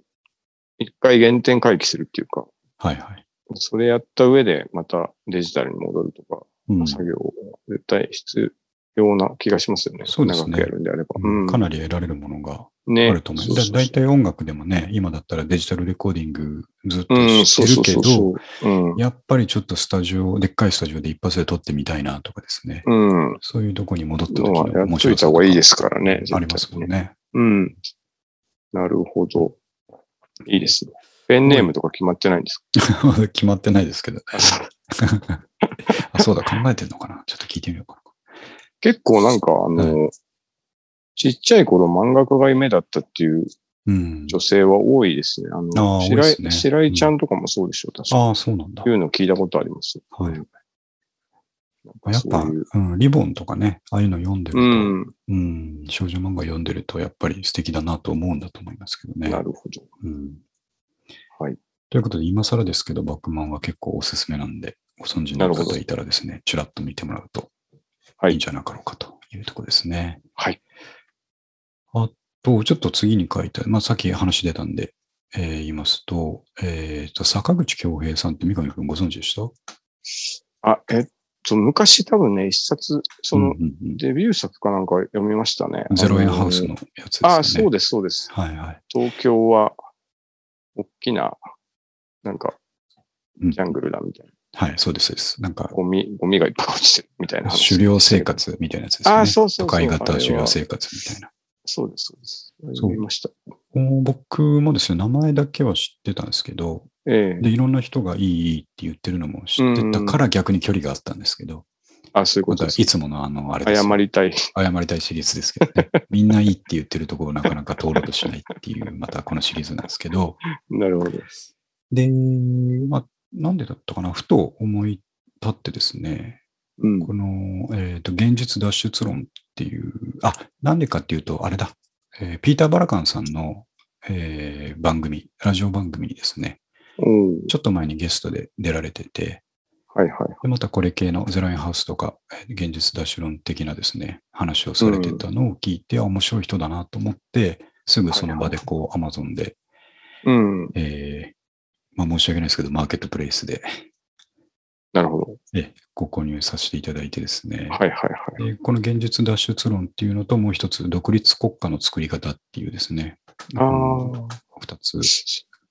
[SPEAKER 1] 一回原点回帰するっていうか、
[SPEAKER 2] はいはい。
[SPEAKER 1] それやった上でまたデジタルに戻るとか、
[SPEAKER 2] うん
[SPEAKER 1] 作業は絶対必要な気がしますよね。
[SPEAKER 2] そうですね
[SPEAKER 1] 長くやるんであれば。
[SPEAKER 2] うんかな
[SPEAKER 1] り
[SPEAKER 2] り得られるものが
[SPEAKER 1] ね
[SPEAKER 2] あると思います。
[SPEAKER 1] そう
[SPEAKER 2] だ
[SPEAKER 1] そう
[SPEAKER 2] いたい音楽でもね、今だったらデジタルレコーディングずっと
[SPEAKER 1] うん、
[SPEAKER 2] し
[SPEAKER 1] そ
[SPEAKER 2] てる
[SPEAKER 1] うそう
[SPEAKER 2] け
[SPEAKER 1] そう
[SPEAKER 2] ど、
[SPEAKER 1] そう。うん。
[SPEAKER 2] やっぱりちょっとスタジオ、でっかいスタジオで一発で撮ってみたいなとかですね。
[SPEAKER 1] うん。
[SPEAKER 2] そういうとこに戻った時
[SPEAKER 1] のは
[SPEAKER 2] の
[SPEAKER 1] や
[SPEAKER 2] 面
[SPEAKER 1] っと
[SPEAKER 2] 白
[SPEAKER 1] いた
[SPEAKER 2] さ
[SPEAKER 1] 方
[SPEAKER 2] とか
[SPEAKER 1] がいいですからね。
[SPEAKER 2] ありますもん
[SPEAKER 1] 絶
[SPEAKER 2] ね。
[SPEAKER 1] 対ね。うん。なるほど。いいですね。ペンネームとか決まってないんですか、
[SPEAKER 2] 決まってないです けど。あ、そうだ、考えてるのかなちょっと聞いてみようか
[SPEAKER 1] 結構なんか、あの、ちっちゃい頃漫画家が夢だったっていう
[SPEAKER 2] な。うん。
[SPEAKER 1] 女性は多いですね。あ
[SPEAKER 2] あ
[SPEAKER 1] の
[SPEAKER 2] ー
[SPEAKER 1] 白
[SPEAKER 2] 多いで
[SPEAKER 1] 井
[SPEAKER 2] すね
[SPEAKER 1] 白井ちゃんとかもそうでしょう、確か
[SPEAKER 2] ああ、そうなんだ。
[SPEAKER 1] いうの聞いたことあります。
[SPEAKER 2] はい
[SPEAKER 1] なんか
[SPEAKER 2] やっぱ、
[SPEAKER 1] そういう
[SPEAKER 2] うん、リボンとかね、ああいうの読んでると、
[SPEAKER 1] う
[SPEAKER 2] うん、
[SPEAKER 1] ん、
[SPEAKER 2] 少女漫画読んでると、やっぱり素敵だなと思うんだと思いますけどね。
[SPEAKER 1] なるほど。
[SPEAKER 2] うん
[SPEAKER 1] はい。
[SPEAKER 2] ということで、今更ですけど、バックマンは結構おすすめなんで、ご存知
[SPEAKER 1] な
[SPEAKER 2] の
[SPEAKER 1] るほど
[SPEAKER 2] 方いたらですね、ちらっと見てもらうと
[SPEAKER 1] はい
[SPEAKER 2] いいんじゃなかろうかというところですね。
[SPEAKER 1] はい。
[SPEAKER 2] あと、ちょっと次に書いた、まあ、さっき話出たんで、えー言いますと、えーと、坂口恭平さんって三上君ご存知でした
[SPEAKER 1] あ、えっと、昔多分ね、一冊、そ
[SPEAKER 2] う
[SPEAKER 1] の
[SPEAKER 2] ん、うんうん
[SPEAKER 1] デビュー作かなんか読みましたね。
[SPEAKER 2] ゼロ円ハウス
[SPEAKER 1] あ
[SPEAKER 2] のやつですよね。
[SPEAKER 1] の。あ、そうです、そうです。
[SPEAKER 2] はいはい。
[SPEAKER 1] 東京は、大きな、なんか、
[SPEAKER 2] うん
[SPEAKER 1] ジャングルだみたいな。
[SPEAKER 2] はい、そうです、そうです。なんか、
[SPEAKER 1] ゴミ、ゴミがいっぱい落ちてるみたいな話。
[SPEAKER 2] 狩猟生。活みたいなやつですよね。
[SPEAKER 1] あそうそうそう
[SPEAKER 2] 都会
[SPEAKER 1] あれ
[SPEAKER 2] 型
[SPEAKER 1] は
[SPEAKER 2] 狩猟生活みたいな。
[SPEAKER 1] そうです、そうです。
[SPEAKER 2] そう
[SPEAKER 1] 読みました。
[SPEAKER 2] お僕もですね、名前だけは知ってたんですけど、
[SPEAKER 1] ええ
[SPEAKER 2] で、いろんな人がいい、いいって言ってるのも知ってたから逆に距離があったんですけど、
[SPEAKER 1] あ、そういうこ
[SPEAKER 2] ま
[SPEAKER 1] と
[SPEAKER 2] た
[SPEAKER 1] で
[SPEAKER 2] い
[SPEAKER 1] す。
[SPEAKER 2] つものあの、あれです
[SPEAKER 1] 謝
[SPEAKER 2] よ
[SPEAKER 1] りたい。
[SPEAKER 2] 謝りたいシリーズですけど ね。みんないいって言ってるところをなかなか通ろうとしないっていう、またこのシリーズなんですけど、
[SPEAKER 1] なるほど。
[SPEAKER 2] で、まあ、なんでだったかな、ふと思い立ってですね、
[SPEAKER 1] うん。
[SPEAKER 2] この、えっ、と、現実脱出論っていう、あ、なんでかっていうと、あれだ、えーピーター・バラカンさんの、えー番組、ラジオ番組にですね、
[SPEAKER 1] おう
[SPEAKER 2] ちょっと前にゲストで出られてて、
[SPEAKER 1] はいはい。
[SPEAKER 2] でまたこれ系のゼロインハウスとか、えー現実脱出論的なですね、話をされてたのを聞いて、あ面白い人だなと思って、すぐその場でこう、アマゾンで、
[SPEAKER 1] うん。
[SPEAKER 2] えーまあ申し訳ないですけど、マーケットプレイスで、
[SPEAKER 1] なるほど。
[SPEAKER 2] えーご購入させていただいてですね、
[SPEAKER 1] はいはいはい。
[SPEAKER 2] でこの現実脱出論っていうのと、もう一つ、独立国家の作り方っていうですね、
[SPEAKER 1] あ
[SPEAKER 2] の
[SPEAKER 1] あ。
[SPEAKER 2] 二つ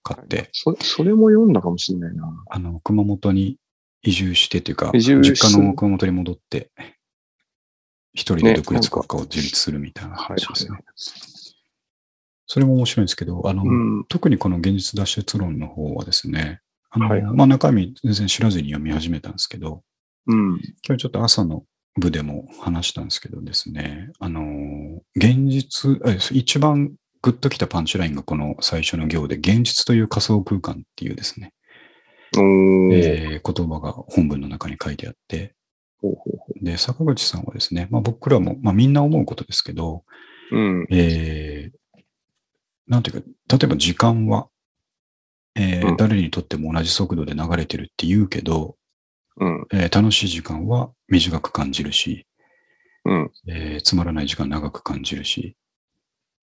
[SPEAKER 2] 買って、
[SPEAKER 1] それ、それも読んだかもしれないな。
[SPEAKER 2] あの、熊本に移住してというか、
[SPEAKER 1] 移
[SPEAKER 2] 実
[SPEAKER 1] 住する
[SPEAKER 2] 家の熊本に戻って、一人で
[SPEAKER 1] ね
[SPEAKER 2] 独立国家を樹立するみたいな
[SPEAKER 1] はい
[SPEAKER 2] 話ですね。それも面白いんですけど、あの、
[SPEAKER 1] うん。
[SPEAKER 2] 特にこの現実脱出論の方はですね、あの
[SPEAKER 1] はい
[SPEAKER 2] まあ、中身全然知らずに読み始めたんですけど、
[SPEAKER 1] うん。
[SPEAKER 2] 今日ちょっと朝の部でも話したんですけどですね、あのー、現実、え一番グッときたパンチラインがこの最初の行で、現実という仮想空間っていうですね、
[SPEAKER 1] おー。
[SPEAKER 2] えー言葉が本文の中に書いてあって、
[SPEAKER 1] ほうほうほ
[SPEAKER 2] で、坂口さんはですね、まあ僕らも、まあみんな思うことですけど、
[SPEAKER 1] ううん。
[SPEAKER 2] えーなんていうか、例えば時間は、えー
[SPEAKER 1] うん
[SPEAKER 2] 誰にとっても同じ速度で流れてるって言うけど、
[SPEAKER 1] うん、
[SPEAKER 2] えー楽しい時間は短く感じるし、
[SPEAKER 1] うん、
[SPEAKER 2] えーつまらない時間長く感じるし、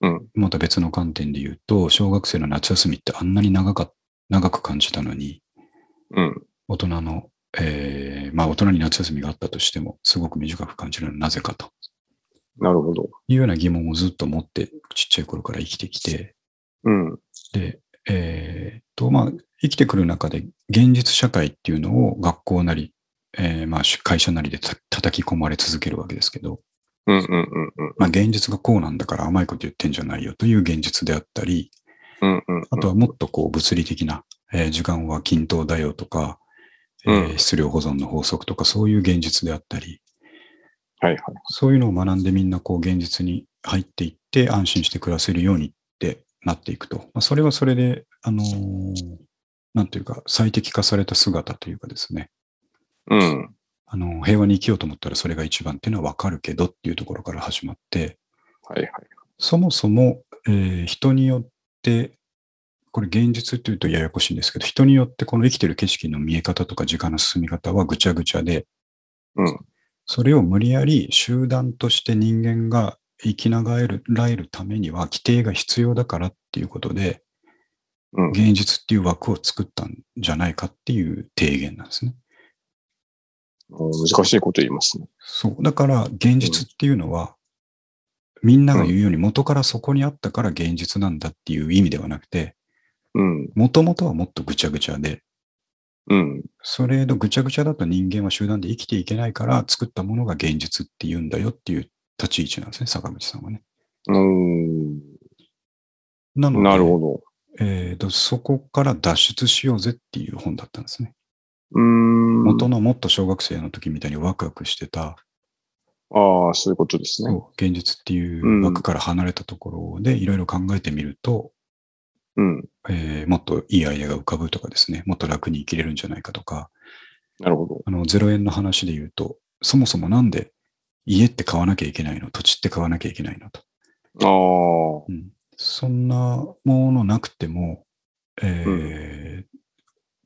[SPEAKER 1] うん、
[SPEAKER 2] また別の観点で言うと、小学生の夏休みってあんなに長か長く感じたのに、
[SPEAKER 1] うん、
[SPEAKER 2] 大人の、えーまあ大人に夏休みがあったとしても、すごく短く感じるのはなぜかと
[SPEAKER 1] なるほど。
[SPEAKER 2] いうような疑問をずっと持って、ちっちゃい頃から生きてきて、
[SPEAKER 1] うん、
[SPEAKER 2] で、えーっと、まあ、生きてくる中で現実社会っていうのを学校なり、えーまあ、し会社なりでた叩き込まれ続けるわけですけど、
[SPEAKER 1] うん、うん、うん、うん、
[SPEAKER 2] まあ、現実がこうなんだから甘いこと言ってんじゃないよという現実であったり、
[SPEAKER 1] うん、うん、
[SPEAKER 2] あとはもっとこう物理的な、えー時間は均等だよとか、えー
[SPEAKER 1] うん
[SPEAKER 2] 質量保存の法則とかそういう現実であったり、
[SPEAKER 1] はい、はい。
[SPEAKER 2] そういうのを学んでみんなこう現実に入っていって安心して暮らせるようにってなっていくと。まあ、それはそれで、あのーなんというか最適化された姿というかですね、
[SPEAKER 1] うん、
[SPEAKER 2] あのー平和に生きようと思ったらそれが一番っていうのはわかるけどっていうところから始まって、
[SPEAKER 1] はい、はい。
[SPEAKER 2] そもそも、えー人によって、これ現実というとややこしいんですけど、人によってこの生きてる景色の見え方とか時間の進み方はぐちゃぐちゃで、
[SPEAKER 1] うん、
[SPEAKER 2] それを無理やり集団として人間が生きながらえるためには規定が必要だからっていうことで、
[SPEAKER 1] うん、
[SPEAKER 2] 現実っていう枠を作ったんじゃないかっていう提言なんですね。
[SPEAKER 1] 難しいこと言いますね。
[SPEAKER 2] そう。だから現実っていうのは、みんなが言うように元からそこにあったから現実なんだっていう意味ではなくて、
[SPEAKER 1] うん、
[SPEAKER 2] 元々はもっとぐちゃぐちゃで、
[SPEAKER 1] うん、
[SPEAKER 2] それのぐちゃぐちゃだと人間は集団で生きていけないから作ったものが現実っていうんだよっていう立ち位置なんですね、坂口さんはね。
[SPEAKER 1] うん、
[SPEAKER 2] なので
[SPEAKER 1] なるほど。
[SPEAKER 2] えー、とそこから脱出しようぜっていう本だったんですね。
[SPEAKER 1] うーん。
[SPEAKER 2] 元のもっと小学生の時みたいにワクワクしてた、
[SPEAKER 1] ああ、そういうことですね。
[SPEAKER 2] そう現実ってい
[SPEAKER 1] うん
[SPEAKER 2] う枠から離れたところでいろいろ考えてみると、
[SPEAKER 1] うん。
[SPEAKER 2] えーもっといいアイデアが浮かぶとかですね、もっと楽に生きれるんじゃないかとか、
[SPEAKER 1] なるほど。
[SPEAKER 2] あの0円の話で言うと、そもそもなんで家って買わなきゃいけないの、土地って買わなきゃいけないのと。
[SPEAKER 1] あ
[SPEAKER 2] うんそんなものなくても、えー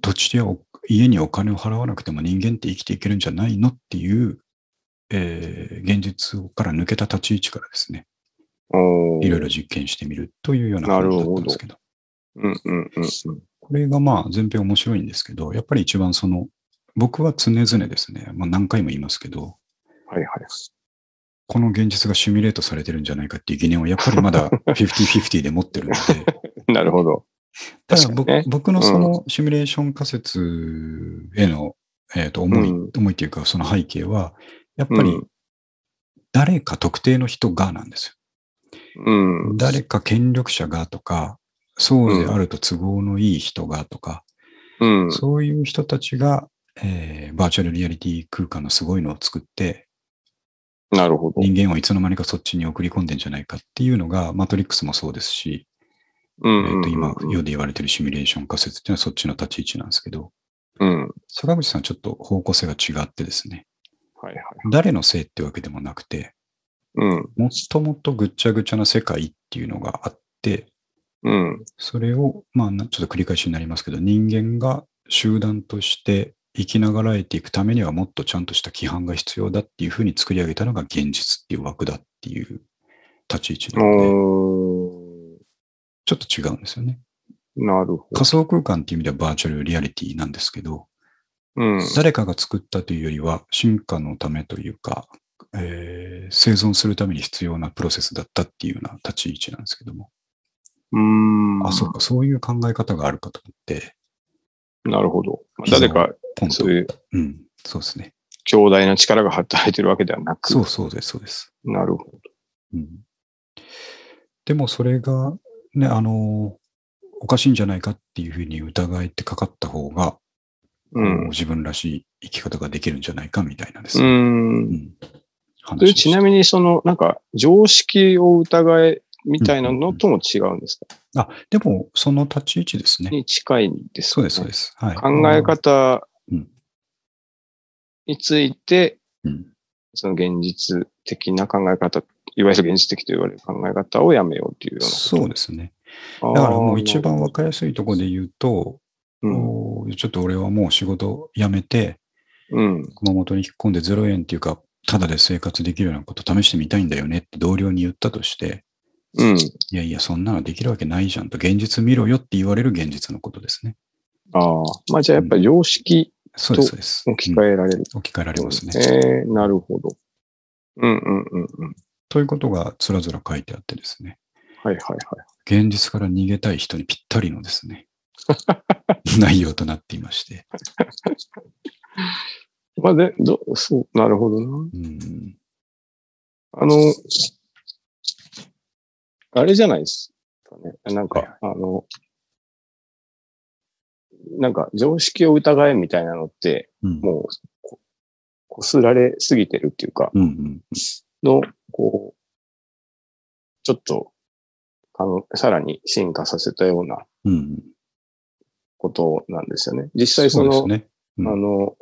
[SPEAKER 2] 土地やお家にお金を払わなくても人間って生きていけるんじゃないのっていう、えー現実から抜けた立ち位置からですね、
[SPEAKER 1] あ。おー
[SPEAKER 2] いろいろ。実験してみるというような
[SPEAKER 1] なる
[SPEAKER 2] 本
[SPEAKER 1] ほ
[SPEAKER 2] だ
[SPEAKER 1] ど
[SPEAKER 2] ったんですけど、
[SPEAKER 1] うんうんうんうん。
[SPEAKER 2] これがまあ全編面白いんですけど、やっぱり一番その、僕は常々ですね、まあ、何回も言いますけど、
[SPEAKER 1] はいはい。
[SPEAKER 2] この現実がシミュレートされてるんじゃないかっていう疑念をやっぱりま だ50-50で持ってるので、
[SPEAKER 1] なるほど。
[SPEAKER 2] ただ
[SPEAKER 1] 確かにね
[SPEAKER 2] 僕僕のそのシミュレーション仮説への、えーと思い、
[SPEAKER 1] うん
[SPEAKER 2] 思いというかその背景は、やっぱり
[SPEAKER 1] うん
[SPEAKER 2] 誰か特定の人がなんです
[SPEAKER 1] うん。
[SPEAKER 2] よ。
[SPEAKER 1] うん
[SPEAKER 2] 誰か権力者がとか、そうであると都合のいい人がとか、
[SPEAKER 1] うん。
[SPEAKER 2] そういう人たちが、えーバーチャルリアリティ空間のすごいのを作って、
[SPEAKER 1] なるほど。
[SPEAKER 2] 人間をいつの間にかそっちに送り込んでんじゃないかっていうのが、マトリックスもそうですし、
[SPEAKER 1] うん
[SPEAKER 2] えーと今
[SPEAKER 1] うん
[SPEAKER 2] 世で言われてるシミュレーション仮説っていうのはそっちの立ち位置なんですけど、
[SPEAKER 1] うん。はい
[SPEAKER 2] 坂口さんはちょっと方向性が違ってですね、
[SPEAKER 1] はい。
[SPEAKER 2] 誰のせいってわけでもなくて、
[SPEAKER 1] うん。
[SPEAKER 2] もともとぐっちゃぐちゃな世界っていうのがあって、
[SPEAKER 1] うん。
[SPEAKER 2] それを、まあ、なちょっと繰り返しになりますけど、人間が集団として生きながらえていくためにはもっとちゃんとした規範が必要だっていうふうに作り上げたのが現実っていう枠だっていう立ち位置なので、
[SPEAKER 1] おー
[SPEAKER 2] ちょっと違うんですよね。
[SPEAKER 1] なるほど。
[SPEAKER 2] 仮想空間っていう意味ではバーチャルリアリティなんですけど、
[SPEAKER 1] うん。
[SPEAKER 2] 誰かが作ったというよりは、進化のためというか、えー生存するために必要なプロセスだったっていうような立ち位置なんですけども、
[SPEAKER 1] うん。
[SPEAKER 2] あ、そうか、そういう考え方があるかと思って、
[SPEAKER 1] なるほど。誰か、
[SPEAKER 2] ポンと
[SPEAKER 1] そう。いう
[SPEAKER 2] うん、そうですね。
[SPEAKER 1] 強大な力が働いてるわけではなく。
[SPEAKER 2] そうそうです、そうです。
[SPEAKER 1] なるほど。
[SPEAKER 2] うん、でも、それが、ね、あの、おかしいんじゃないかっていうふうに疑いってかかった方が、
[SPEAKER 1] う。
[SPEAKER 2] こうん自分らしい生き方ができるんじゃないかみたいなんです
[SPEAKER 1] う
[SPEAKER 2] ね。
[SPEAKER 1] ん
[SPEAKER 2] う。ん話
[SPEAKER 1] そ
[SPEAKER 2] で
[SPEAKER 1] れ
[SPEAKER 2] した
[SPEAKER 1] ちなみに、その、なんか、常識を疑えみたいなのとも違うんですか、
[SPEAKER 2] あ、でも、その立ち位置ですね。
[SPEAKER 1] に近いんです
[SPEAKER 2] そ
[SPEAKER 1] か
[SPEAKER 2] う
[SPEAKER 1] ね、
[SPEAKER 2] です、そうです。はい、
[SPEAKER 1] 考え方
[SPEAKER 2] うん
[SPEAKER 1] について、
[SPEAKER 2] うん
[SPEAKER 1] その現実的な考え方、いわゆる現実的と言われる考え方をやめようというようなこと。
[SPEAKER 2] そうですね。
[SPEAKER 1] だ
[SPEAKER 2] だからもう一番わかりやすいところで言うと、
[SPEAKER 1] うん。
[SPEAKER 2] こうちょっと俺はもう仕事辞めて、
[SPEAKER 1] うん。
[SPEAKER 2] 熊本に引っ込んで0円っていうか、ただで生活できるようなこと試してみたいんだよねって同僚に言ったとして、
[SPEAKER 1] うん。
[SPEAKER 2] いやいや、そんなのできるわけないじゃんと、現実見ろよって言われる現実のことですね。
[SPEAKER 1] ああ。まあじゃあやっぱ常識
[SPEAKER 2] そうです、そうです。
[SPEAKER 1] 置き換
[SPEAKER 2] え、
[SPEAKER 1] えられる。
[SPEAKER 2] 置き換えられますね。
[SPEAKER 1] えーなるほど。うんうんうんうん。
[SPEAKER 2] ということがつらつら書いてあってですね、
[SPEAKER 1] はいはいはい。
[SPEAKER 2] 現実から逃げたい人にぴったりのです ね、内容となっていまして。
[SPEAKER 1] まあで、どそう、なるほどな。
[SPEAKER 2] うん、
[SPEAKER 1] あの、あれじゃないですかね。なんか、あの、なんか常識を疑えみたいなのって、
[SPEAKER 2] うん、
[SPEAKER 1] もう、ここすられすぎてるっていうか、
[SPEAKER 2] うん、うん、
[SPEAKER 1] の、こう、ちょっと、あの、さらに進化させたような
[SPEAKER 2] うんうん。
[SPEAKER 1] ことなんですよね。実際その、
[SPEAKER 2] うですね。うん
[SPEAKER 1] あの、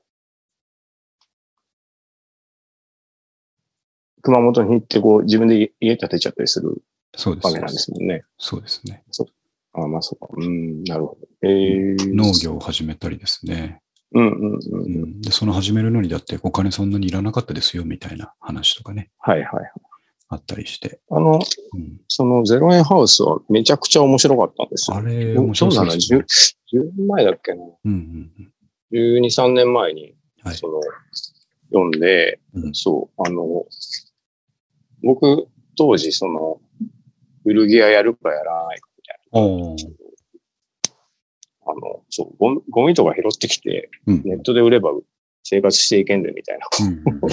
[SPEAKER 1] 熊本に行ってこう自分で家建てちゃったりする
[SPEAKER 2] そうで。
[SPEAKER 1] わけなんですすもんね。
[SPEAKER 2] そうですね。
[SPEAKER 1] ああまあそうか。うん、なるほど。えー、
[SPEAKER 2] 農。業を始めたりですね。
[SPEAKER 1] うんうんうん。
[SPEAKER 2] う
[SPEAKER 1] うん、
[SPEAKER 2] ん、でその始めるのにだってお金そんなにいらなかったですよみたいな話とかね、
[SPEAKER 1] はいはいはい。
[SPEAKER 2] あったりして。
[SPEAKER 1] あの、
[SPEAKER 2] うん、
[SPEAKER 1] そのゼロ円ハウスはめちゃくちゃ面白かったんですよ。
[SPEAKER 2] あれ、面白そう
[SPEAKER 1] どうなの
[SPEAKER 2] ですね
[SPEAKER 1] 10, 10年前だっけな。
[SPEAKER 2] うんうんうん。
[SPEAKER 1] 12、3年前に、
[SPEAKER 2] はい
[SPEAKER 1] その、読んで、
[SPEAKER 2] うん
[SPEAKER 1] そう、あの、僕、当時、その、古着屋やるかやらないかみたいな。
[SPEAKER 2] おー
[SPEAKER 1] あの、そう、ゴミゴミとか拾ってきて、
[SPEAKER 2] うん
[SPEAKER 1] ネットで売れば生活していけんで、みたいな。
[SPEAKER 2] うんうん うん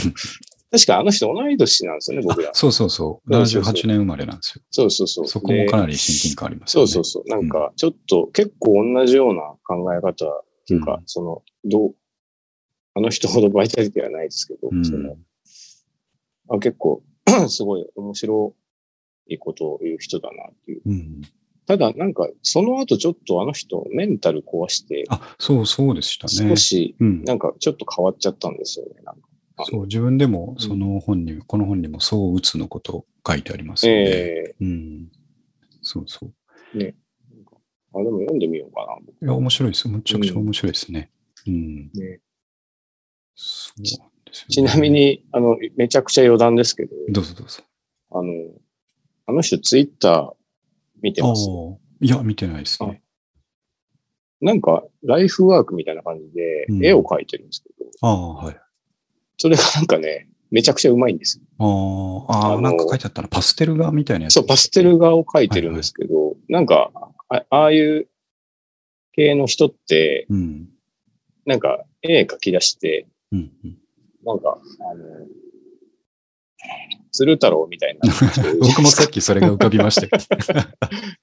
[SPEAKER 1] 確かあの人同い年なんですよね、僕ら。
[SPEAKER 2] そうそうそう。
[SPEAKER 1] そうそうそう
[SPEAKER 2] 78年生まれなんですよ。
[SPEAKER 1] そうそうそう。
[SPEAKER 2] そこもか
[SPEAKER 1] で
[SPEAKER 2] なり親近感あります
[SPEAKER 1] そ
[SPEAKER 2] よ
[SPEAKER 1] う
[SPEAKER 2] ね。
[SPEAKER 1] そうそう。なんか、ちょっと結構同じような考え方っていうか、
[SPEAKER 2] うん
[SPEAKER 1] その、どう、あの人ほどバイタリティはないですけど、
[SPEAKER 2] うん
[SPEAKER 1] そのあ結構、 すごい面白いことを言う人だなっていう。
[SPEAKER 2] うん。
[SPEAKER 1] ただ、なんか、その後ちょっとあの人、メンタル壊して、
[SPEAKER 2] あ、そうそうでしたね。
[SPEAKER 1] 少し、
[SPEAKER 2] うん。
[SPEAKER 1] なんかちょっと変わっちゃったんですよね。なんか
[SPEAKER 2] そう、自分でもその本に、この本にもそう打つのこと書いてありますよね。
[SPEAKER 1] え
[SPEAKER 2] うん。そうそう。
[SPEAKER 1] えあ、でも読んでみようかな。
[SPEAKER 2] いや、面白いです。むちゃくちゃ面白いですね。うん。
[SPEAKER 1] ね
[SPEAKER 2] そうなんですよね、
[SPEAKER 1] ちなみに、あの、めちゃくちゃ余談ですけど、
[SPEAKER 2] どうぞどうぞ。
[SPEAKER 1] あの、あの人ツイッター見て
[SPEAKER 2] ああ
[SPEAKER 1] ます。
[SPEAKER 2] ー。いや、見てないですね。
[SPEAKER 1] なんか、ライフワークみたいな感じで
[SPEAKER 2] う、ん
[SPEAKER 1] 絵を描いてるんですけど、
[SPEAKER 2] ああ、はい。
[SPEAKER 1] それがなんかね、めちゃくちゃうまいんですよ。
[SPEAKER 2] あーあ
[SPEAKER 1] あの
[SPEAKER 2] ー、なんか書いてあったな。パステル画みたいなやつ。
[SPEAKER 1] そう、パステル画を描いてるんですけど、なんかあ、ああいう系の人って、
[SPEAKER 2] うん。
[SPEAKER 1] なんか、絵描き出して、
[SPEAKER 2] うん。うん。
[SPEAKER 1] なんか、あの、鶴太郎みた いな人いるじゃないです
[SPEAKER 2] 僕
[SPEAKER 1] か。
[SPEAKER 2] もさっきそれが浮かびました けど。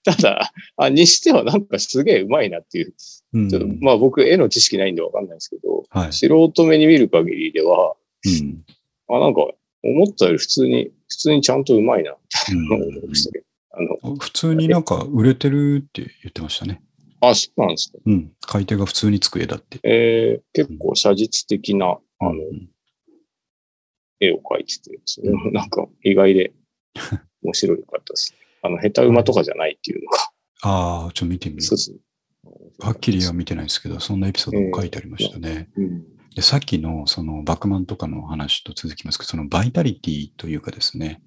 [SPEAKER 1] ただ、あにしてはなんかすげえうまいなっていう。
[SPEAKER 2] うん
[SPEAKER 1] ちょっとまあ僕絵の知識ないんでわかんないですけど、
[SPEAKER 2] はい。
[SPEAKER 1] 素人目に見る限りでは、
[SPEAKER 2] うん。
[SPEAKER 1] あなんか思ったより普通に、普通にちゃんとうまいなって
[SPEAKER 2] うん
[SPEAKER 1] 思いましたけど。あの、
[SPEAKER 2] 普通になんか売れてるって言ってましたね。
[SPEAKER 1] あ、そうなんですか。
[SPEAKER 2] うん。買い手が普通につく絵だって。
[SPEAKER 1] えー、結構写実的な、あの
[SPEAKER 2] う、ん
[SPEAKER 1] 絵を描いてて、それもなんか意外で面白かったです。あの、下手馬とかじゃないっていうのが、
[SPEAKER 2] ああ、ちょっと見てみる
[SPEAKER 1] そう。ですね。
[SPEAKER 2] はっきりは見てないですけど、そんなエピソードも書いてありましたね。
[SPEAKER 1] うん。
[SPEAKER 2] でさっきのそのバックマンとかの話と続きますけど、そのバイタリティというかですね、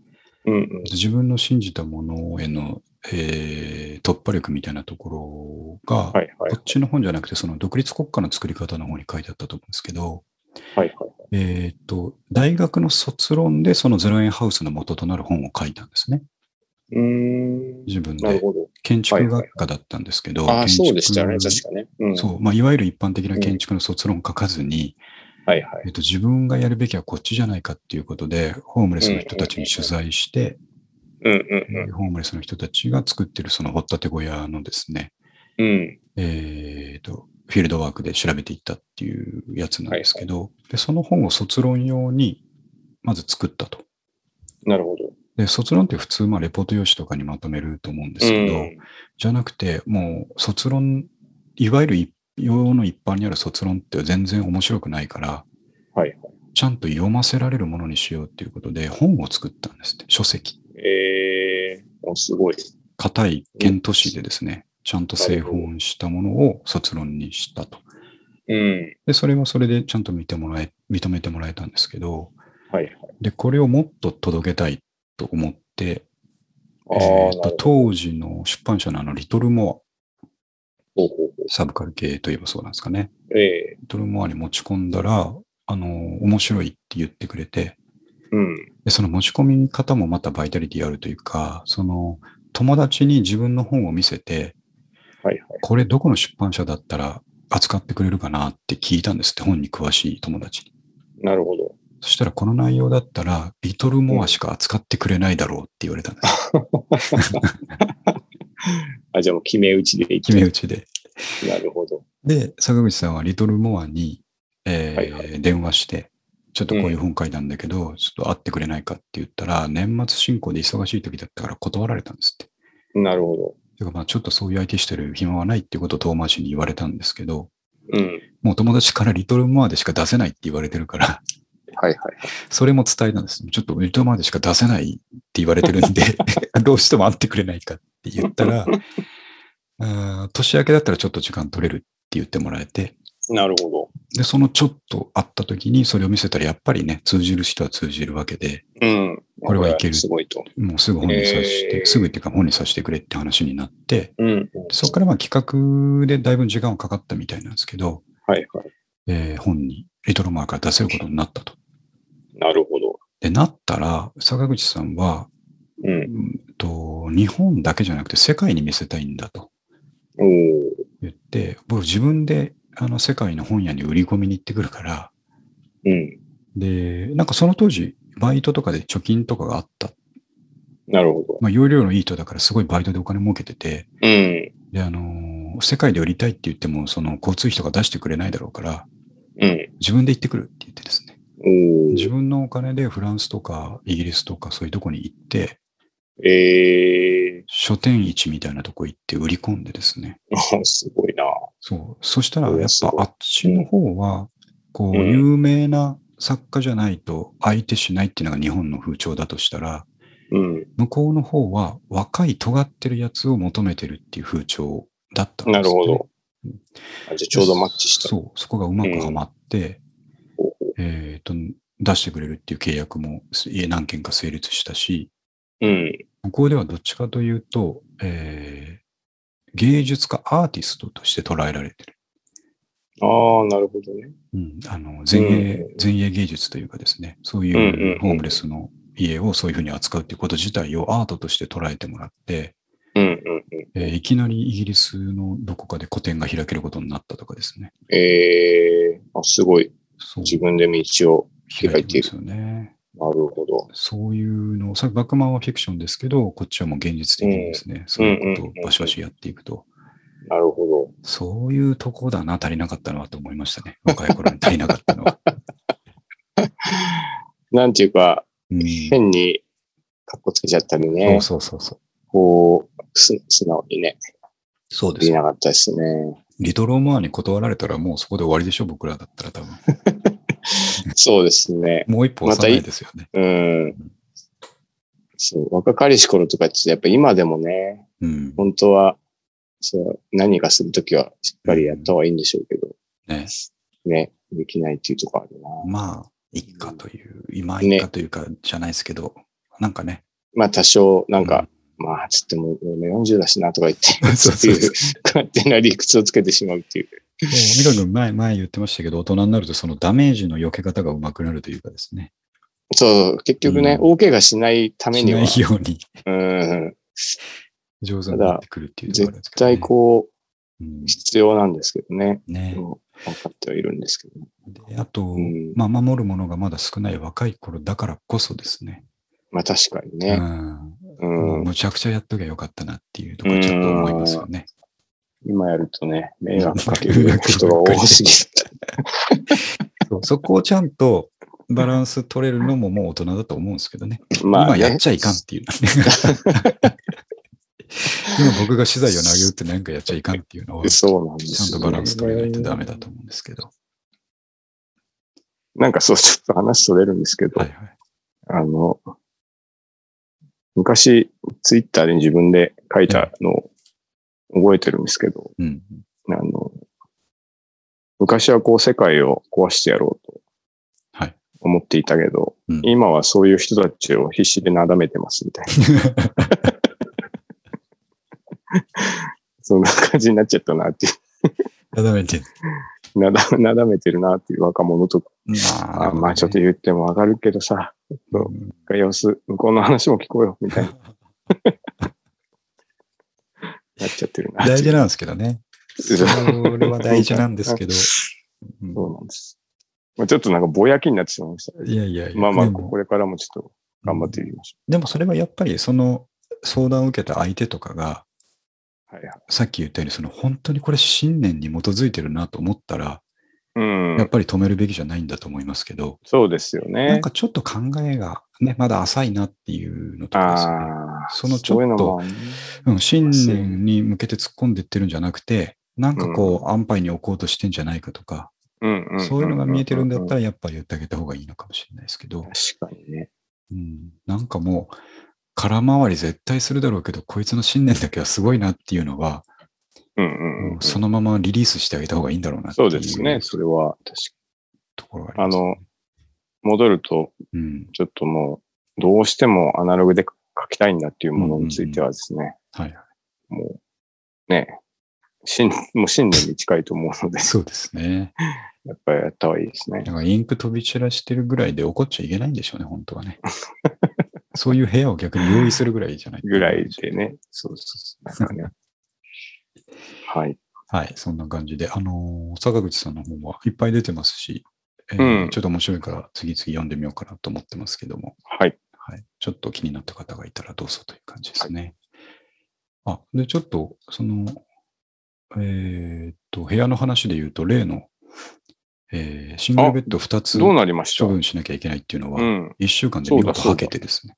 [SPEAKER 1] うんうん。
[SPEAKER 2] 自分の信じたものへの、えー突破力みたいなところが、
[SPEAKER 1] はいは
[SPEAKER 2] こ
[SPEAKER 1] い
[SPEAKER 2] っちの本じゃなくて、その独立国家の作り方の方に書いてあったと思うんですけど、
[SPEAKER 1] はいはい。
[SPEAKER 2] えっ、と、大学の卒論でそのゼロ円ハウスの元となる本を書いたんですね。
[SPEAKER 1] うーん。
[SPEAKER 2] 自分
[SPEAKER 1] なる
[SPEAKER 2] で。
[SPEAKER 1] ほど。
[SPEAKER 2] 建
[SPEAKER 1] はい
[SPEAKER 2] 築
[SPEAKER 1] はい
[SPEAKER 2] 学科だったんですけど、
[SPEAKER 1] ああ、
[SPEAKER 2] 建
[SPEAKER 1] そう
[SPEAKER 2] 築
[SPEAKER 1] でしたね、確かね。うん。
[SPEAKER 2] そう、まあ、いわゆる一般的な建築の卒論書かずに、
[SPEAKER 1] はいはい
[SPEAKER 2] え。っと、自分がやるべきはこっちじゃないかっていうことで、ホームレスの人たちに取材して、
[SPEAKER 1] うんうん
[SPEAKER 2] えーホームレスの人たちが作ってるその掘ったて小屋のですね、
[SPEAKER 1] うん。うん。
[SPEAKER 2] えーと、フィールドワークで調べていったっていうやつなんですけど、でその本を卒論用にまず作ったと。
[SPEAKER 1] なるほど。
[SPEAKER 2] で卒論って普通、まあ、レポート用紙とかにまとめると思うんですけど、
[SPEAKER 1] うん
[SPEAKER 2] じゃなくて、もう卒論、いわゆる一世の一般にある卒論って全然面白くないから、
[SPEAKER 1] はいはい。
[SPEAKER 2] ちゃんと読ませられるものにしようっていうことで、本を作ったんですって、書籍。
[SPEAKER 1] えー、おすごい。
[SPEAKER 2] 固い県都市でですね、ちゃんと製本したものを卒論にしたと。
[SPEAKER 1] うん。
[SPEAKER 2] で、それはそれでちゃんと見てもらえ、認めてもらえたんですけど、
[SPEAKER 1] はいはい。
[SPEAKER 2] で、これをもっと届けたいと思って、
[SPEAKER 1] ああ、
[SPEAKER 2] えー
[SPEAKER 1] なる
[SPEAKER 2] と当時の出版社のあの、リトルモ
[SPEAKER 1] ほど。ほうほ
[SPEAKER 2] ア、サブカル系といえばそうなんですかね。
[SPEAKER 1] うええ
[SPEAKER 2] リトルモアに持ち込んだら、あの、面白いって言ってくれて、
[SPEAKER 1] うん。
[SPEAKER 2] で、その持ち込み方もまたバイタリティあるというか、その、友達に自分の本を見せて、
[SPEAKER 1] はいはい。
[SPEAKER 2] これどこの出版社だったら扱ってくれるかなって聞いたんですって、本に詳しい友達に。
[SPEAKER 1] なるほど。
[SPEAKER 2] そしたらこの内容だったら、リトルモアしか扱ってくれないだろうって言われたんです。
[SPEAKER 1] あ、じゃあもう決め打ちでいき
[SPEAKER 2] 決め打ちで。
[SPEAKER 1] なるほど。
[SPEAKER 2] で、坂口さんはリトルモアに、えー
[SPEAKER 1] はいは
[SPEAKER 2] 電話して、ちょっとこういう本書いたんだけど、ちょっと会ってくれないかって言ったら、年末進行で忙しい時だったから断られたんですって。
[SPEAKER 1] なるほど。
[SPEAKER 2] てかまあちょっとそういう相手してる暇はないっていうことを遠回しに言われたんですけど、
[SPEAKER 1] うん。
[SPEAKER 2] もう友達からリトルモアでしか出せないって言われてるから、
[SPEAKER 1] はいはい。
[SPEAKER 2] それも伝えたんです。ちょっとリトルモアでしか出せないって言われてる んで、どうしても会ってくれないかって言ったら、あー年明けだったらちょっと時間取れるって言ってもらえて、
[SPEAKER 1] なるほど。
[SPEAKER 2] で、そのちょっと会った時にそれを見せたらやっぱりね、通じる人は通じるわけで、
[SPEAKER 1] うん。
[SPEAKER 2] これはいける
[SPEAKER 1] すごいと。
[SPEAKER 2] もうすぐ本にさして、
[SPEAKER 1] えー
[SPEAKER 2] すぐっていうか本にさしてくれって話になって、
[SPEAKER 1] うん。
[SPEAKER 2] そこからまあ企画でだいぶ時間はかかったみたいなんですけど、
[SPEAKER 1] はいはい。
[SPEAKER 2] えー本にリトルマーから出せることになったと。
[SPEAKER 1] なるほど。
[SPEAKER 2] で、なったら、坂口さんは、
[SPEAKER 1] うん。
[SPEAKER 2] うんと、日本だけじゃなくて世界に見せたいんだと
[SPEAKER 1] おお。
[SPEAKER 2] 言って、僕自分であの世界の本屋に売り込みに行ってくるから、
[SPEAKER 1] うん。
[SPEAKER 2] で、なんかその当時、バイトとかで貯金とかがあった。
[SPEAKER 1] なるほど。
[SPEAKER 2] まあ、容量のいい人だからすごいバイトでお金儲けてて、
[SPEAKER 1] うん。
[SPEAKER 2] で、あのー世界で売りたいって言っても、その交通費とか出してくれないだろうから、
[SPEAKER 1] うん。
[SPEAKER 2] 自分で行ってくるって言ってですね。
[SPEAKER 1] お
[SPEAKER 2] 自分のお金でフランスとかイギリスとかそういうとこに行って、
[SPEAKER 1] お。え え
[SPEAKER 2] 書店市みたいなとこ行って売り込んでですね。
[SPEAKER 1] ー。すごいな。
[SPEAKER 2] そう。そしたら、や
[SPEAKER 1] う
[SPEAKER 2] っ
[SPEAKER 1] わす
[SPEAKER 2] ぱ
[SPEAKER 1] ごい
[SPEAKER 2] あっちの方は、こう、
[SPEAKER 1] うん
[SPEAKER 2] 有名な作家じゃないと相手しないっていうのが日本の風潮だとしたら、
[SPEAKER 1] うん。
[SPEAKER 2] 向こうの方は若い尖ってるやつを求めてるっていう風潮だったんです
[SPEAKER 1] な
[SPEAKER 2] よね
[SPEAKER 1] るほど。あじゃあちょうどマッチした。
[SPEAKER 2] そう。そこがうまくはまって、
[SPEAKER 1] ほう
[SPEAKER 2] えっ、と、出してくれるっていう契約もえ何件か成立したし、
[SPEAKER 1] うん。
[SPEAKER 2] 向こうではどっちかというと、えー芸術家アーティストとして捉えられてる。
[SPEAKER 1] ああ、なるほどね。
[SPEAKER 2] うん、あの前衛、
[SPEAKER 1] う
[SPEAKER 2] 前衛芸術というかですね、そうい
[SPEAKER 1] んうんう
[SPEAKER 2] うんうホームレスの家をそういうふうに扱うということ自体をアートとして捉えてもらって、
[SPEAKER 1] うんうんうん。
[SPEAKER 2] えーいきなりイギリスのどこかで個展が開けることになったとかですね。
[SPEAKER 1] ええー。あ、すごい。
[SPEAKER 2] そう
[SPEAKER 1] 自分で道を。開いている
[SPEAKER 2] 開んですよね。
[SPEAKER 1] なるほど。
[SPEAKER 2] そういうのを、さバックマンはフィクションですけど、こっちはもう現実的にですね、そういうことをバシバシやっていくと。
[SPEAKER 1] なるほど。
[SPEAKER 2] そういうとこだな、足りなかったのはと思いま したね。若い頃に足りなかったのは。
[SPEAKER 1] なんていうか、
[SPEAKER 2] うん、
[SPEAKER 1] 変に格好つけちゃったりね。
[SPEAKER 2] そうそうそうそう。
[SPEAKER 1] こう、す素直にね、
[SPEAKER 2] そう
[SPEAKER 1] でき。なかったですね。
[SPEAKER 2] リトル・オマーに断られたらもうそこで終わりでしょ、僕らだったら 多分。
[SPEAKER 1] そうですね。
[SPEAKER 2] もう一歩押さないですよね。
[SPEAKER 1] うん。そう、若かりし頃とかって、やっぱ今でもね、
[SPEAKER 2] うん。
[SPEAKER 1] 本当は、そう、何かするときはしっかりやった方がいいんでしょうけど、
[SPEAKER 2] ね、
[SPEAKER 1] ね、できないっていうとこあるな。
[SPEAKER 2] まあ、いっかという、今いっかというか、じゃないですけど、なんかね。
[SPEAKER 1] まあ多少、なん
[SPEAKER 2] う
[SPEAKER 1] か、まあ、つっても、俺も40だしなとか言って、
[SPEAKER 2] そう
[SPEAKER 1] っ
[SPEAKER 2] そう
[SPEAKER 1] てい
[SPEAKER 2] そう
[SPEAKER 1] う、勝手な理屈をつけてしまうっていう。
[SPEAKER 2] でもミロ君前、前言ってましたけど、大人になるとそのダメージの避け方が上手くなるというかですね。
[SPEAKER 1] そう、結局ね、
[SPEAKER 2] うん
[SPEAKER 1] 大怪我しないため
[SPEAKER 2] し
[SPEAKER 1] に
[SPEAKER 2] な
[SPEAKER 1] は、
[SPEAKER 2] いように
[SPEAKER 1] うん、
[SPEAKER 2] 上手になってくるっていうところなんです
[SPEAKER 1] 絶
[SPEAKER 2] けど、ね。
[SPEAKER 1] 対こ
[SPEAKER 2] う、ん
[SPEAKER 1] う、、必要なんですけどね。
[SPEAKER 2] ね。
[SPEAKER 1] そう分かってはいるんですけど。
[SPEAKER 2] であと、
[SPEAKER 1] ん
[SPEAKER 2] まあ、守るものがまだ少ない若い頃だからこそですね。
[SPEAKER 1] まあ確かに
[SPEAKER 2] う
[SPEAKER 1] ね。
[SPEAKER 2] ん。
[SPEAKER 1] う。
[SPEAKER 2] もうんむちゃくちゃやっときゃよかったなっていうところはちょっと思いますよね。
[SPEAKER 1] 今やるとね、迷惑かける人が多す ぎる。
[SPEAKER 2] そうそこをちゃんとバランス取れるのももう大人だと思うんですけどね。
[SPEAKER 1] まあ、
[SPEAKER 2] 今やっ
[SPEAKER 1] ね、
[SPEAKER 2] ちゃいかんっていう。 今僕が資材を投げ打ってなんかやっちゃいかんっていうのは、ち
[SPEAKER 1] そうなんで
[SPEAKER 2] ゃん
[SPEAKER 1] す
[SPEAKER 2] と
[SPEAKER 1] よね
[SPEAKER 2] バランス取れないとダメだと思うんですけど。
[SPEAKER 1] なんかそう、ちょっと話それるんですけど、
[SPEAKER 2] はいはい。
[SPEAKER 1] あの、昔、ツイッターで自分で書いたのを覚えてるんですけど、
[SPEAKER 2] うん。
[SPEAKER 1] あの、昔はこう世界を壊してやろうと
[SPEAKER 2] はい。
[SPEAKER 1] 思っていたけど、
[SPEAKER 2] うん
[SPEAKER 1] 今はそういう人たちを必死でなだめてますみたい な、そんな感じになっちゃったなってい
[SPEAKER 2] 改めて。
[SPEAKER 1] う、なだなだめてるなっていう若者とか、
[SPEAKER 2] ま
[SPEAKER 1] あまあちょっと言ってもわかるけどさ、と
[SPEAKER 2] うん
[SPEAKER 1] 一回様子、向こうの話も聞こうよみたいになっちゃってるなって
[SPEAKER 2] 大事な
[SPEAKER 1] いう
[SPEAKER 2] んですけどね。
[SPEAKER 1] そう
[SPEAKER 2] それは大事なんですけど。うん
[SPEAKER 1] そうなんです。まあ、ちょっとなんかぼやきになってしまいました。
[SPEAKER 2] いやいやいや。
[SPEAKER 1] まあまあ、
[SPEAKER 2] でも
[SPEAKER 1] これからもちょっと頑張っていきましょ
[SPEAKER 2] でもそれはやっぱりその相談を受けた相手とかが、
[SPEAKER 1] う。はいはい。
[SPEAKER 2] さっき言ったように、その本当にこれ信念に基づいてるなと思ったら、
[SPEAKER 1] うん。
[SPEAKER 2] やっぱり止めるべきじゃないんだと思いますけど、
[SPEAKER 1] そうですよね。
[SPEAKER 2] なんかちょっと考えがね、まだ浅いなっていうのとかですね
[SPEAKER 1] ああ、
[SPEAKER 2] そのちょっと
[SPEAKER 1] そういうのもあるね
[SPEAKER 2] うん、信念に向けて突っ込んでいってるんじゃなくて、なんかこう、安牌に置こうとしてんじゃないかとか、
[SPEAKER 1] うんうん
[SPEAKER 2] そういうのが見えてるんだった
[SPEAKER 1] ら。
[SPEAKER 2] ら、やっぱり言ってあげた方がいいのかもしれないですけど、
[SPEAKER 1] 確かにね。
[SPEAKER 2] うん、なんかもう、空回り絶対するだろうけど、こいつの信念だけはすごいなっていうのは、
[SPEAKER 1] うんうんうん、
[SPEAKER 2] もうそのままリリースしてあげた方がいいんだろうなってい
[SPEAKER 1] そううですね。それは、確か
[SPEAKER 2] ところがあ
[SPEAKER 1] あ
[SPEAKER 2] ります、
[SPEAKER 1] の、戻ると、
[SPEAKER 2] うん、
[SPEAKER 1] ちょっともう、どうしてもアナログで書きたいんだっていうものについてはですね、
[SPEAKER 2] はい。
[SPEAKER 1] もう、ね、信もう信念に近いと思うので、
[SPEAKER 2] そうですね。
[SPEAKER 1] やっぱりやった方がいいですね
[SPEAKER 2] だ。からインク飛び散らしてるぐらいで怒っちゃいけないんでしょうね、本当 はね。そういう部屋を逆に用意するぐらいじゃない
[SPEAKER 1] ぐらいでね。そうそうそう。なんかね。はい。
[SPEAKER 2] はい、そんな感じで、あのー坂口さんの方はいっぱい出てますし、え
[SPEAKER 1] うん
[SPEAKER 2] ちょっと面白いから次々読んでみようかなと思ってますけども、
[SPEAKER 1] はい。
[SPEAKER 2] はい、ちょっと気になった方がいたらどうぞという感じですね。あ、で、ちょっと、その、えーっと、部屋の話で言うと、例の、えーシングルベッド2つ
[SPEAKER 1] どうなりまし
[SPEAKER 2] 処
[SPEAKER 1] た
[SPEAKER 2] 分しなきゃいけないっていうの
[SPEAKER 1] う
[SPEAKER 2] は、
[SPEAKER 1] ん。
[SPEAKER 2] 1週間で
[SPEAKER 1] そう
[SPEAKER 2] 見
[SPEAKER 1] だ
[SPEAKER 2] 事
[SPEAKER 1] そうだ
[SPEAKER 2] はけてですね、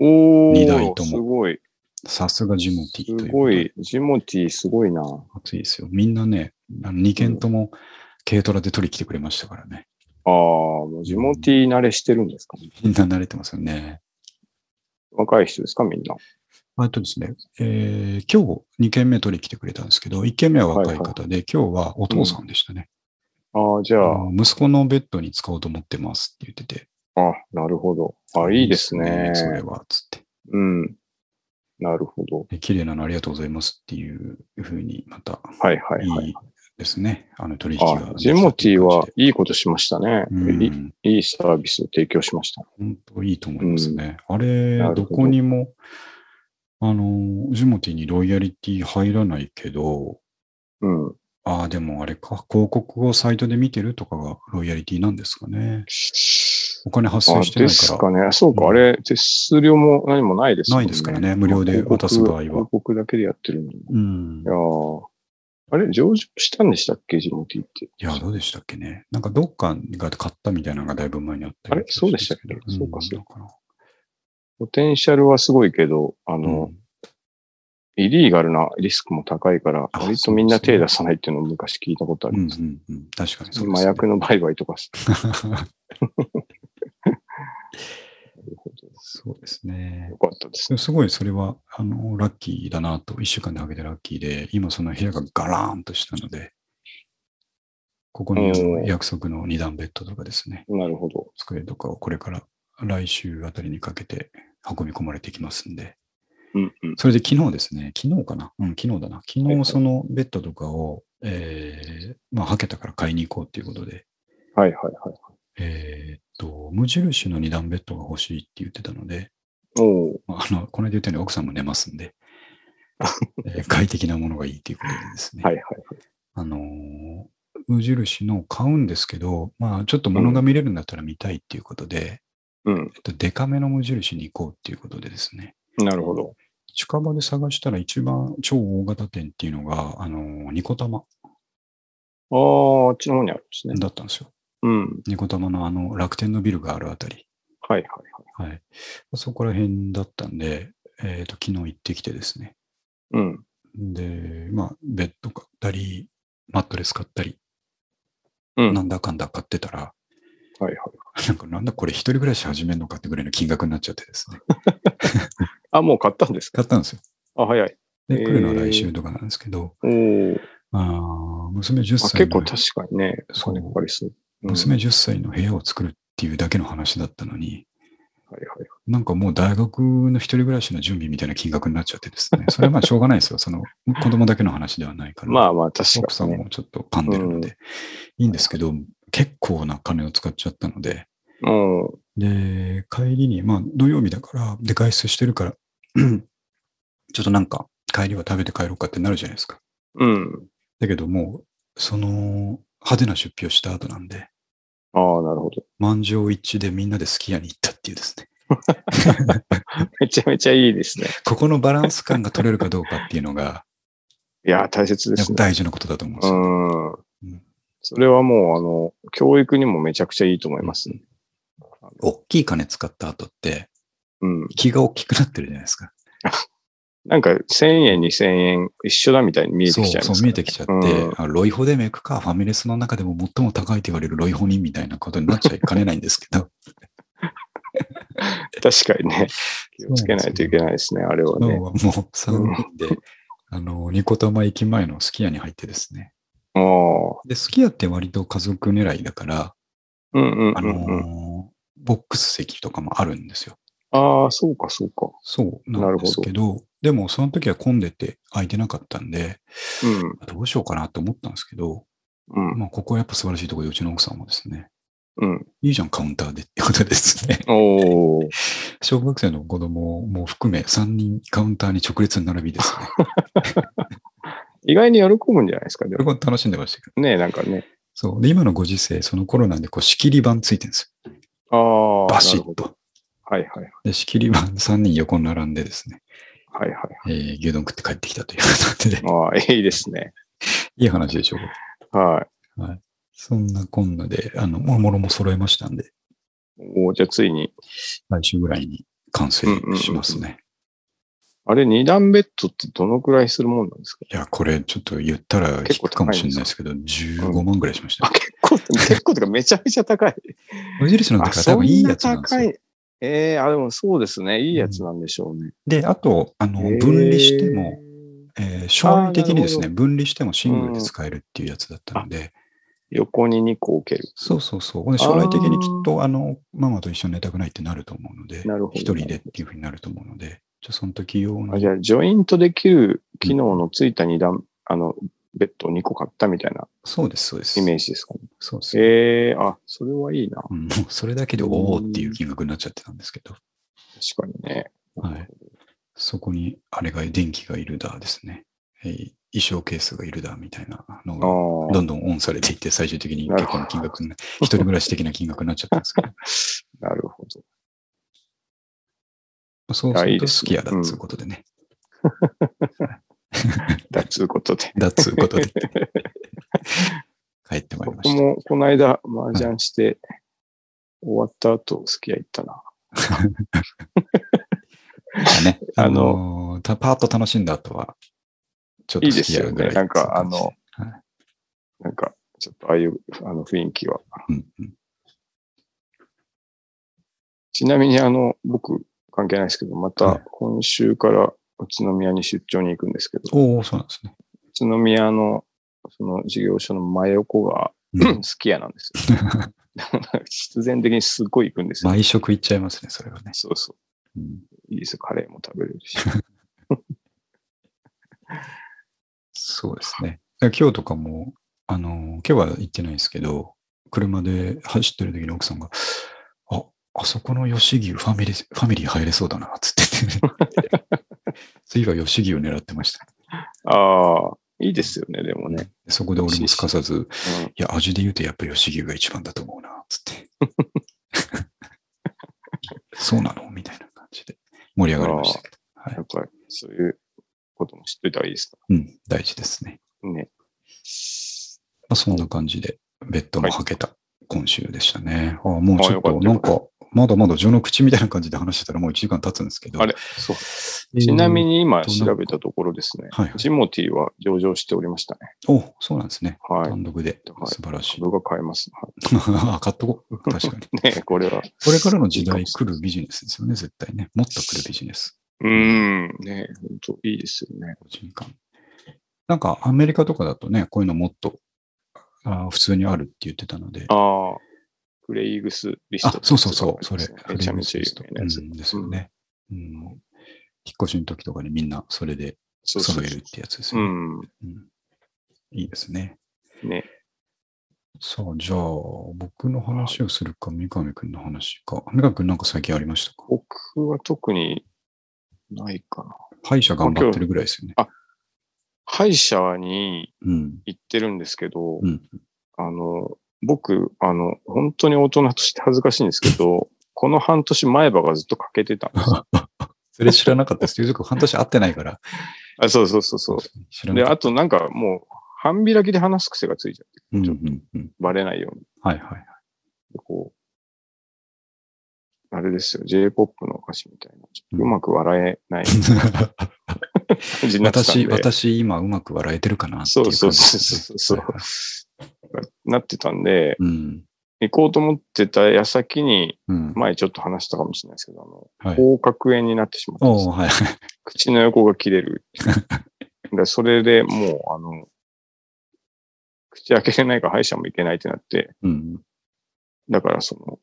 [SPEAKER 1] お
[SPEAKER 2] 二台
[SPEAKER 1] ー、
[SPEAKER 2] とも
[SPEAKER 1] すごい。
[SPEAKER 2] さすがジモティと
[SPEAKER 1] す
[SPEAKER 2] いう。
[SPEAKER 1] ごい。ジモティすごいな。
[SPEAKER 2] 熱いですよ。みんなね、あの2件とも軽トラで取り来てくれましたからね。
[SPEAKER 1] ああ、もうジモティ慣れしてるんですかね。
[SPEAKER 2] みんな慣れてますよね。
[SPEAKER 1] 若い人ですかみんな。
[SPEAKER 2] あとですね、えー今日2件目取り来てくれたんですけど、1件目は若い方で、今日はお父さんでしたね、
[SPEAKER 1] ああ、じゃ
[SPEAKER 2] あの息子のベッドに使おうと思ってますって言ってて。
[SPEAKER 1] あ、あなるほど。あいいですね。
[SPEAKER 2] それは、つって。
[SPEAKER 1] うん。なるほど。
[SPEAKER 2] で綺麗なのありがとうございますっていうふうに、また、
[SPEAKER 1] はいはいはいい。
[SPEAKER 2] いですね。あの取引ができた
[SPEAKER 1] あ
[SPEAKER 2] って
[SPEAKER 1] ジ
[SPEAKER 2] いう感じで。
[SPEAKER 1] モティはいいことしましたね、
[SPEAKER 2] うん
[SPEAKER 1] い。いいサービスを提供しました。
[SPEAKER 2] 本当いいと思いますね。あれ
[SPEAKER 1] なるほ、ど
[SPEAKER 2] どこにも、あの、ジモティにロイヤリティ入らないけど、
[SPEAKER 1] うん。
[SPEAKER 2] ああ、でもあれか、広告をサイトで見てるとかがロイヤリティなんですかね。お金発生
[SPEAKER 1] あ
[SPEAKER 2] してな
[SPEAKER 1] で
[SPEAKER 2] い
[SPEAKER 1] す
[SPEAKER 2] から。
[SPEAKER 1] かね。そうか、
[SPEAKER 2] うん
[SPEAKER 1] あれ、手数料も何もないですもん
[SPEAKER 2] ないですからね無料で渡す場合は
[SPEAKER 1] 広告広告だけでやってるのに。い
[SPEAKER 2] うん。
[SPEAKER 1] やーあれ、上場したんでしたっけ、ジモティって。
[SPEAKER 2] いや、どうでしたっけね。なんかどっかが買ったみたいなのがだいぶ前にあった
[SPEAKER 1] あれそうでしたっけそうかそう
[SPEAKER 2] かな。
[SPEAKER 1] ポテンシャルはすごいけど、あ
[SPEAKER 2] う
[SPEAKER 1] の、
[SPEAKER 2] ん
[SPEAKER 1] イリーガルなリスクも高いから、
[SPEAKER 2] あ
[SPEAKER 1] 割とみんな手出さないっていうのを昔聞いたことあ
[SPEAKER 2] う
[SPEAKER 1] り
[SPEAKER 2] ん
[SPEAKER 1] ます。
[SPEAKER 2] うんうん。確かにそうです、ね。
[SPEAKER 1] 麻薬の売買 とか。
[SPEAKER 2] そうですね
[SPEAKER 1] よ。かったです
[SPEAKER 2] で
[SPEAKER 1] ね。
[SPEAKER 2] もすごいそれは、あの、ラッキーだなと、一週間であげてラッキーで、今その部屋がガラーンとしたので、ここにあ
[SPEAKER 1] う
[SPEAKER 2] の
[SPEAKER 1] ん
[SPEAKER 2] 約束の二段ベッドとかですね、
[SPEAKER 1] なるほど。
[SPEAKER 2] 机とかをこれから来週あたりにかけて運び込まれてきますんで、
[SPEAKER 1] うんうん。
[SPEAKER 2] それで昨日ですね、昨日かなうん、昨日だな。昨
[SPEAKER 1] はいは
[SPEAKER 2] 日
[SPEAKER 1] い
[SPEAKER 2] そのベッドとかを、えー、まあ、はけたから買いに行こうっていうことで、
[SPEAKER 1] はいはいはい。
[SPEAKER 2] えーっと、無印の二段ベッドが欲しいって言ってたので、
[SPEAKER 1] おう
[SPEAKER 2] まああの、この間言ったように奥さんも寝ますん で、えー快適なものがいいということでですね、
[SPEAKER 1] はいはい
[SPEAKER 2] あのー無印の買うんですけど、まあ、ちょっと物が見れるんだったら見たいっていうことで、
[SPEAKER 1] はい。
[SPEAKER 2] えっと、デカめの無印に行こうっていうことでですね、
[SPEAKER 1] うん。なるほど。
[SPEAKER 2] 近場で探したら一番超大型店っていうのが、あのーニコ玉
[SPEAKER 1] ああ、あっちの方にあるんですね。
[SPEAKER 2] だったんですよ。
[SPEAKER 1] うん。
[SPEAKER 2] ニコ玉のあの楽天のビルがあるあたり。
[SPEAKER 1] はいはいはい。
[SPEAKER 2] はい。そこら辺だったんで、えっ、と、昨日行ってきてですね。
[SPEAKER 1] うん。
[SPEAKER 2] で、まあ、ベッド買ったり、マットレス買ったり、
[SPEAKER 1] うん。
[SPEAKER 2] な
[SPEAKER 1] はい
[SPEAKER 2] んだかんだ買ってたら、
[SPEAKER 1] はい。
[SPEAKER 2] なんかなんだこれ一人暮らし始めるのかってぐらいの金額になっちゃってですね。
[SPEAKER 1] あ、もう買ったんですか
[SPEAKER 2] 買ったんですよ。
[SPEAKER 1] あ、早い。
[SPEAKER 2] で、
[SPEAKER 1] へー
[SPEAKER 2] 来るのは来週とかなんですけど、
[SPEAKER 1] おー
[SPEAKER 2] まあ、娘10
[SPEAKER 1] あ
[SPEAKER 2] 歳
[SPEAKER 1] 結構
[SPEAKER 2] の、
[SPEAKER 1] 確かにね、
[SPEAKER 2] そう
[SPEAKER 1] お金かかりそう。うん
[SPEAKER 2] 娘10歳の部屋を作るっていうだけの話だったのに、
[SPEAKER 1] はいはい。
[SPEAKER 2] なんかもう大学の一人暮らしの準備みたいな金額になっちゃってです ね。それはまあしょうがないですよ。その子供だけの話ではないから。
[SPEAKER 1] まあまあ、確
[SPEAKER 2] 奥
[SPEAKER 1] か
[SPEAKER 2] さん
[SPEAKER 1] にね。
[SPEAKER 2] もちょっと噛んでるので、いいんですけど、結構な金を使っちゃったので、
[SPEAKER 1] うん。
[SPEAKER 2] で、帰りに、まあ土曜日だから、で、外出してるから、 うんちょっとなんか帰りは食べて帰ろうかってなるじゃないですか。
[SPEAKER 1] うん。
[SPEAKER 2] だけどもう、その派手な出費をした後なんで、
[SPEAKER 1] ああ、なるほど。
[SPEAKER 2] 満場一致でみんなですき家に行ったっていうですね。
[SPEAKER 1] めちゃめちゃいいですね。
[SPEAKER 2] ここのバランス感が取れるかどうかっていうのが、
[SPEAKER 1] いや、大切 で
[SPEAKER 2] やっ
[SPEAKER 1] す
[SPEAKER 2] ぱ
[SPEAKER 1] ね。
[SPEAKER 2] 大事なことだと思うんですよ。
[SPEAKER 1] う
[SPEAKER 2] うん
[SPEAKER 1] ん。それはもう、あの、教育にもめちゃくちゃいいと思いますね。
[SPEAKER 2] 大きい金使った後って、
[SPEAKER 1] うん。
[SPEAKER 2] 気が大きくなってるじゃないですか。
[SPEAKER 1] なんか、1000円、2000円、一緒だみたいに見えてきちゃいます、
[SPEAKER 2] そう、そう見えてきちゃって、
[SPEAKER 1] うん
[SPEAKER 2] あロイホデメイクか、ファミレスの中でも最も高いと言われるロイホ人みたいなことになっちゃいかねないんですけ ど、
[SPEAKER 1] 確か にね。気をつけないといけないですね、あれは
[SPEAKER 2] 今日は
[SPEAKER 1] ね。
[SPEAKER 2] もう3人で、 あの、ニコタマ駅前のすき家に入ってですね。
[SPEAKER 1] も
[SPEAKER 2] で、すき家って割と家族狙いだから、
[SPEAKER 1] う、うんうん
[SPEAKER 2] あ
[SPEAKER 1] う
[SPEAKER 2] の
[SPEAKER 1] んうん。
[SPEAKER 2] ボックス席とかもあるんですよ。
[SPEAKER 1] ああ、そうか、そうか。
[SPEAKER 2] そう
[SPEAKER 1] な
[SPEAKER 2] なん
[SPEAKER 1] る
[SPEAKER 2] で
[SPEAKER 1] ほ
[SPEAKER 2] す
[SPEAKER 1] ど
[SPEAKER 2] けど、でもその時は混んでて空いてなかったんで、
[SPEAKER 1] うん。
[SPEAKER 2] どうしようかなと思ったんですけど、
[SPEAKER 1] うん。
[SPEAKER 2] まあ、ここはやっぱ素晴らしいところで、うちの奥さんもですね、
[SPEAKER 1] うん。
[SPEAKER 2] いいじゃん、カウンターでってことですね。
[SPEAKER 1] おー。
[SPEAKER 2] 小学生の子供も含め3人カウンターに直列に並びですね。
[SPEAKER 1] 意外に喜ぶんじゃないですか、で
[SPEAKER 2] これ
[SPEAKER 1] も。
[SPEAKER 2] も楽しんでましたけど。
[SPEAKER 1] ねなんかね。
[SPEAKER 2] そう。で、今のご時世、そのコロナでこう仕切り板ついてるんです
[SPEAKER 1] ああ
[SPEAKER 2] よ。、バシ
[SPEAKER 1] なるほ
[SPEAKER 2] ッ
[SPEAKER 1] ど
[SPEAKER 2] と。
[SPEAKER 1] はいはい。
[SPEAKER 2] で、仕切り板3人横に並んでですね、
[SPEAKER 1] はいは
[SPEAKER 2] え
[SPEAKER 1] い。
[SPEAKER 2] ー牛丼食って帰ってきたということで、
[SPEAKER 1] ああ、いいですね。
[SPEAKER 2] いい話でしょう。
[SPEAKER 1] は
[SPEAKER 2] そんなこんなで、あの、もろもろも揃えましたんで、
[SPEAKER 1] い。おーじゃあついに、
[SPEAKER 2] 来週ぐらいに完成しますね。
[SPEAKER 1] あれ、二段ベッドってどのくらいするもんなんですか
[SPEAKER 2] いや、これちょっと言ったら
[SPEAKER 1] 結
[SPEAKER 2] 聞
[SPEAKER 1] 構
[SPEAKER 2] くか
[SPEAKER 1] 高いん
[SPEAKER 2] も
[SPEAKER 1] です
[SPEAKER 2] し
[SPEAKER 1] か
[SPEAKER 2] れないですけど、15万ぐらいしました
[SPEAKER 1] あ、。結 構、結構とかめちゃめちゃ高い。
[SPEAKER 2] 無印の
[SPEAKER 1] あ、
[SPEAKER 2] 時は多
[SPEAKER 1] そん
[SPEAKER 2] 分いい
[SPEAKER 1] な
[SPEAKER 2] やつなんです
[SPEAKER 1] 高
[SPEAKER 2] よ。
[SPEAKER 1] い。ええあ、でもそうですね。いいやつなんでしょうね。
[SPEAKER 2] で、あと、あの、
[SPEAKER 1] へー
[SPEAKER 2] 分離しても、。えー将来的にです
[SPEAKER 1] な
[SPEAKER 2] ね、
[SPEAKER 1] る
[SPEAKER 2] 分離してもシングルで使えるっていうやつだったので、
[SPEAKER 1] 横に2個置ける。
[SPEAKER 2] そうそうそう。で将来的にきっと、あの、ママと一緒に寝たくないってなると思うので、
[SPEAKER 1] なるほど。
[SPEAKER 2] 一人でっていうふうになると思うので、じゃあその時用の
[SPEAKER 1] あ。じゃあ、ジョイントできる機能のついた二段、あの、ベッドを2個買ったみたいな
[SPEAKER 2] そうです、そうです。
[SPEAKER 1] イメージですかね。
[SPEAKER 2] そうです。
[SPEAKER 1] ええあ、それはいいな。
[SPEAKER 2] うんもうそれだけでおおっていう金額になっちゃってたんですけど、
[SPEAKER 1] 確かにね。
[SPEAKER 2] はい。そこに、あれが、電気がいるだですね。えー衣装ケースがいるだみたいなの
[SPEAKER 1] あ
[SPEAKER 2] が、ど
[SPEAKER 1] あ、
[SPEAKER 2] んどんオンされていって、最終的に
[SPEAKER 1] なる
[SPEAKER 2] 結
[SPEAKER 1] ほ
[SPEAKER 2] 構
[SPEAKER 1] ど
[SPEAKER 2] な金額にな、一人暮らし的な金額になっちゃったんですけど、
[SPEAKER 1] なるほど。
[SPEAKER 2] そう
[SPEAKER 1] いや
[SPEAKER 2] す
[SPEAKER 1] い
[SPEAKER 2] る
[SPEAKER 1] い
[SPEAKER 2] と
[SPEAKER 1] で
[SPEAKER 2] 好
[SPEAKER 1] す
[SPEAKER 2] き
[SPEAKER 1] ね
[SPEAKER 2] やだっつうことでね。
[SPEAKER 1] だっつうことで。
[SPEAKER 2] だっつうことで。帰ってまいりま
[SPEAKER 1] 僕
[SPEAKER 2] し
[SPEAKER 1] もこの間、麻雀して、終わった後、スき家行ったな。
[SPEAKER 2] たね。あ
[SPEAKER 1] あ
[SPEAKER 2] のーたパーッと楽しんだ後は、ちょっと
[SPEAKER 1] い
[SPEAKER 2] 好
[SPEAKER 1] いで
[SPEAKER 2] き
[SPEAKER 1] す
[SPEAKER 2] や
[SPEAKER 1] よ
[SPEAKER 2] ぐら
[SPEAKER 1] ね。
[SPEAKER 2] い
[SPEAKER 1] なんか、あの、
[SPEAKER 2] は
[SPEAKER 1] なんか、ちょっとああいう、あの、雰囲気は。
[SPEAKER 2] うんうん
[SPEAKER 1] ちなみに、あの、僕、関係ないですけど、ま
[SPEAKER 2] は
[SPEAKER 1] た
[SPEAKER 2] い、
[SPEAKER 1] 今週から宇都宮に出張に行くんですけど、
[SPEAKER 2] おおそうなんですね。
[SPEAKER 1] 宇都宮の、その事業所の真横が、
[SPEAKER 2] う
[SPEAKER 1] 好き家なん です よ。必然的にすっごい行くんですよ。
[SPEAKER 2] 毎食いっちゃいますね、それはね。
[SPEAKER 1] そうそう。
[SPEAKER 2] うん
[SPEAKER 1] いいですよ。カレーも食べれる し。
[SPEAKER 2] そうですね。だから今日とかも、あのー今日は行ってないですけど、車で走ってる時に奥さんが、あ、あそこの吉牛ファミリー、ファミリー入れそうだな、つってて、 次は吉牛を狙ってました。
[SPEAKER 1] ああ、いいですよね、でもね。
[SPEAKER 2] そこで俺もすかさず、
[SPEAKER 1] うん
[SPEAKER 2] いや、味で言うとやっぱ吉牛が一番だと思うな、つ って。そうなのみたいな感じで盛り上がりましたけど。はい
[SPEAKER 1] やっぱり、そういうことも知っといた方がいいですか
[SPEAKER 2] うん、大事ですね。
[SPEAKER 1] らね。
[SPEAKER 2] まあ、そんな感じで、ベッドも履けた今週でしたね。ああもうちょっ
[SPEAKER 1] あよか
[SPEAKER 2] と、
[SPEAKER 1] った
[SPEAKER 2] な
[SPEAKER 1] よ
[SPEAKER 2] ん
[SPEAKER 1] かった
[SPEAKER 2] か、まだまだ序の口みたいな感じで話してたらもう1時間経つんですけど。
[SPEAKER 1] あれそうちなみ
[SPEAKER 2] に。
[SPEAKER 1] に今調べたところですね、
[SPEAKER 2] はいはい
[SPEAKER 1] ジモティーは上場しておりましたね。
[SPEAKER 2] お、そうなんですね。
[SPEAKER 1] はい。
[SPEAKER 2] 単独で
[SPEAKER 1] は。い
[SPEAKER 2] 素晴らしい。
[SPEAKER 1] 株が買えます。 は
[SPEAKER 2] あ買っとこう。確かに。
[SPEAKER 1] いねこれは。
[SPEAKER 2] これからの時代
[SPEAKER 1] いいかもしれ
[SPEAKER 2] 来るビジネスですよね、絶対ね。もっと来るビジネス。
[SPEAKER 1] うん、ね本当いいですよね。
[SPEAKER 2] 個人間。なんかアメリカとかだとね、こういうのもっとあー普通にあるって言ってたので。
[SPEAKER 1] ああ、フレイグスリスト、
[SPEAKER 2] あ、そうそうそう、それ。
[SPEAKER 1] めちゃめちゃ有名なやつ。
[SPEAKER 2] うんですよね。うん。引っ越しの時とかにみんなそれで
[SPEAKER 1] そうそ
[SPEAKER 2] 揃
[SPEAKER 1] う
[SPEAKER 2] え
[SPEAKER 1] そ
[SPEAKER 2] るっ
[SPEAKER 1] う。
[SPEAKER 2] てやつです
[SPEAKER 1] う
[SPEAKER 2] よね。
[SPEAKER 1] ん。
[SPEAKER 2] うんいいですね。
[SPEAKER 1] ね。
[SPEAKER 2] さあ、じゃあ、僕の話をするか、三上くんの話か。三上くんなんか最近ありましたか
[SPEAKER 1] 僕は特にないかな。
[SPEAKER 2] 歯医者頑張ってるぐらいですよね。
[SPEAKER 1] 歯医者に
[SPEAKER 2] うん。
[SPEAKER 1] 行ってるんですけど、
[SPEAKER 2] うん。
[SPEAKER 1] あの、僕、あの、本当に大人として恥ずかしいんですけど、この半年前歯がずっと欠けてたんですよ。
[SPEAKER 2] それ知らなかったです。ゆずくん半年会ってないから。
[SPEAKER 1] あそうそうそうそう。
[SPEAKER 2] 知らな
[SPEAKER 1] で、
[SPEAKER 2] かっ
[SPEAKER 1] あとなんかもう、半開きで話す癖がついちゃって、
[SPEAKER 2] た。うん
[SPEAKER 1] ち
[SPEAKER 2] う
[SPEAKER 1] ょっと
[SPEAKER 2] んうん。
[SPEAKER 1] バレないように。
[SPEAKER 2] はいはいはい。
[SPEAKER 1] でこう、あれですよ、J-POP の歌詞みたいな。
[SPEAKER 2] うん
[SPEAKER 1] うまく笑えない感じになってたんで。
[SPEAKER 2] 私、私、今うまく笑えてるかなって
[SPEAKER 1] そ
[SPEAKER 2] いうう
[SPEAKER 1] そ
[SPEAKER 2] 感
[SPEAKER 1] う
[SPEAKER 2] じです
[SPEAKER 1] そ
[SPEAKER 2] ね。
[SPEAKER 1] うそうそう、
[SPEAKER 2] はいはい
[SPEAKER 1] なってたんで、
[SPEAKER 2] うん。
[SPEAKER 1] 行こうと思ってた矢先に、
[SPEAKER 2] うん。
[SPEAKER 1] 前ちょっと話したかもしれないですけど、あの、
[SPEAKER 2] はい。
[SPEAKER 1] 口角炎になってしまったんです
[SPEAKER 2] おーはいはい。
[SPEAKER 1] 口の横が切れるっていう。でそれでもう、あの、口開けれないから歯医者も行けないってなって、
[SPEAKER 2] うん。
[SPEAKER 1] だからその、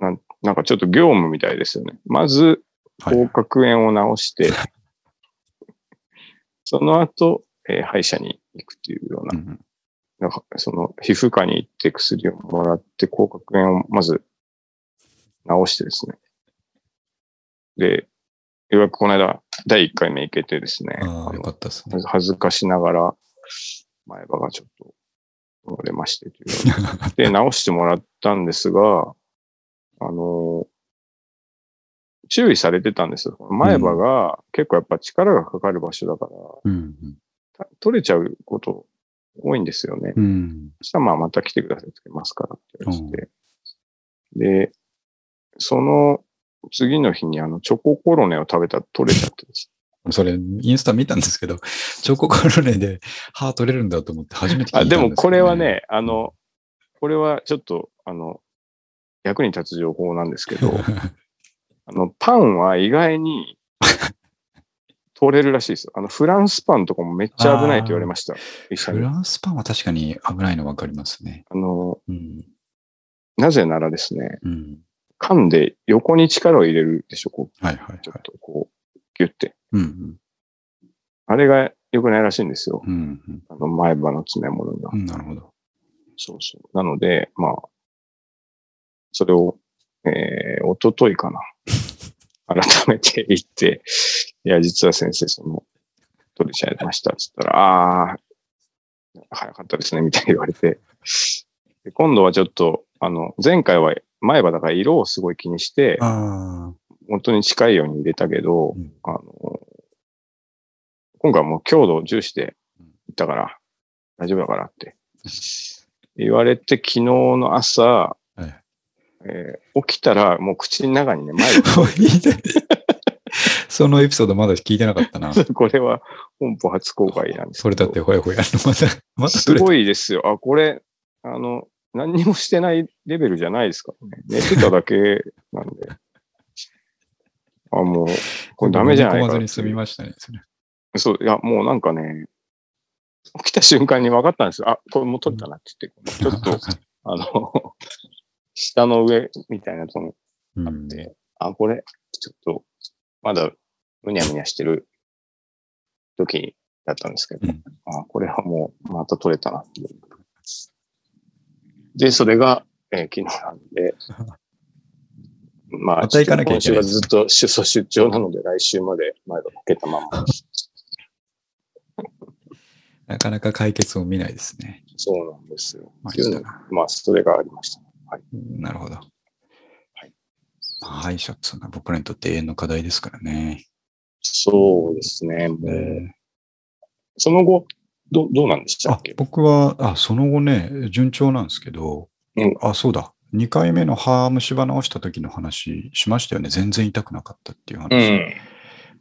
[SPEAKER 1] なんなんかちょっと業務みたいですよね。まず、
[SPEAKER 2] はい
[SPEAKER 1] 口角炎を直して、 その後、えー歯医者に行くっていうような
[SPEAKER 2] う、ん
[SPEAKER 1] なんかその皮膚科に行って薬をもらって、口角炎をまず治してですね。で、ようやくこの間、第1回目行けてですね、
[SPEAKER 2] あ
[SPEAKER 1] あ
[SPEAKER 2] あ、よ
[SPEAKER 1] の
[SPEAKER 2] かったですね。
[SPEAKER 1] 恥ずかしながら、前歯がちょっと折れましてというようなで、直してもらったんですが、あの、注意されてたんですよ。前歯が結構やっぱ力がかかる場所だから、
[SPEAKER 2] うん。
[SPEAKER 1] た取れちゃうこと多いんですよね。
[SPEAKER 2] うん。
[SPEAKER 1] そしたらまあまた来てくださいって言いますからって言われて。で、その次の日にあのチョココロネを食べたら取れちゃってです。
[SPEAKER 2] それ、インスタ見たんですけど、 チョココロネで歯取れるんだと思って初めて聞いた
[SPEAKER 1] あ、
[SPEAKER 2] んです
[SPEAKER 1] で
[SPEAKER 2] よ
[SPEAKER 1] もこれは、ね、あの、これはちょっとあの、役に立つ情報なんです けど、あの、パンは意外に取れるらしいですよ。あの、フランスパンとかもめっちゃ危ないって言われました。医者
[SPEAKER 2] フ
[SPEAKER 1] に。
[SPEAKER 2] ランスパンは確かに危ないの分かりますね。
[SPEAKER 1] あの、
[SPEAKER 2] うん。
[SPEAKER 1] なぜならですね、
[SPEAKER 2] うん。
[SPEAKER 1] 噛んで横に力を入れるでしょ、こう、
[SPEAKER 2] はいはいはい
[SPEAKER 1] ちょっ。とこう、ギュって。
[SPEAKER 2] うん
[SPEAKER 1] あれが良くないらしいんですよ。
[SPEAKER 2] うん。うんうん
[SPEAKER 1] あの、前歯の詰め物が
[SPEAKER 2] う。ん。なるほど。
[SPEAKER 1] そうそう。なので、まあ、それを、えー、おとといかな。改めて行って、いや、実は先生、その、取れちゃいました。つったら、ああ、早かったですね、みたいに言われて。で今度はちょっと、あの、前回は前歯だから色をすごい気にして、
[SPEAKER 2] ああ。
[SPEAKER 1] 元に近いように入れたけど、
[SPEAKER 2] うん
[SPEAKER 1] あの、今回はもう強度を重視で行ったから、大丈夫だか らって言われて、昨日の朝、
[SPEAKER 2] はい
[SPEAKER 1] えー起きたらもう口の中にね、前が
[SPEAKER 2] そのエピソードまだ聞いてなかったな。
[SPEAKER 1] これは本邦初公開なんです
[SPEAKER 2] それだってほやほやの、また、また
[SPEAKER 1] す
[SPEAKER 2] 取れた。
[SPEAKER 1] ごいですよ。あ、これ、あの、何にもしてないレベルじゃないですからね。寝てただけなん で。あ、もう、これダメじゃない
[SPEAKER 2] 飲み
[SPEAKER 1] か
[SPEAKER 2] 込ま
[SPEAKER 1] な
[SPEAKER 2] ずに済みましたね。それ
[SPEAKER 1] そう、いや、もうなんかね、起きた瞬間に分かったんですよ。あ、これもう取れたなって言って、ちょっと、あの、下の上みたいなとこ
[SPEAKER 2] うん
[SPEAKER 1] があって、あ、これ、ちょっと、まだ、むにゃむにゃしてる時だったんですけど、
[SPEAKER 2] うん
[SPEAKER 1] あ、これはもう、また取れたなっていう。で、それが、えー昨日なん で、まあ、
[SPEAKER 2] また行かなきゃいけない
[SPEAKER 1] 今週はずっと出走出張なので、来週まで前がかけたまま。
[SPEAKER 2] なかなか解決を見ないですね。
[SPEAKER 1] そうなんですよ。
[SPEAKER 2] まあ
[SPEAKER 1] っていうのまあ、それがありました。
[SPEAKER 2] なるほど。まあ歯医者っていうのは僕らにとって永遠の課題ですからね。
[SPEAKER 1] そうですね。もう
[SPEAKER 2] え
[SPEAKER 1] その後、どどうなんでし
[SPEAKER 2] ー
[SPEAKER 1] た
[SPEAKER 2] あ
[SPEAKER 1] っけ
[SPEAKER 2] 僕はあ、その後ね、順調なんですけど、
[SPEAKER 1] うん
[SPEAKER 2] あ、そうだ。2回目の歯虫歯直した時の話しましたよね。全然痛くなかったっていう話。
[SPEAKER 1] うん。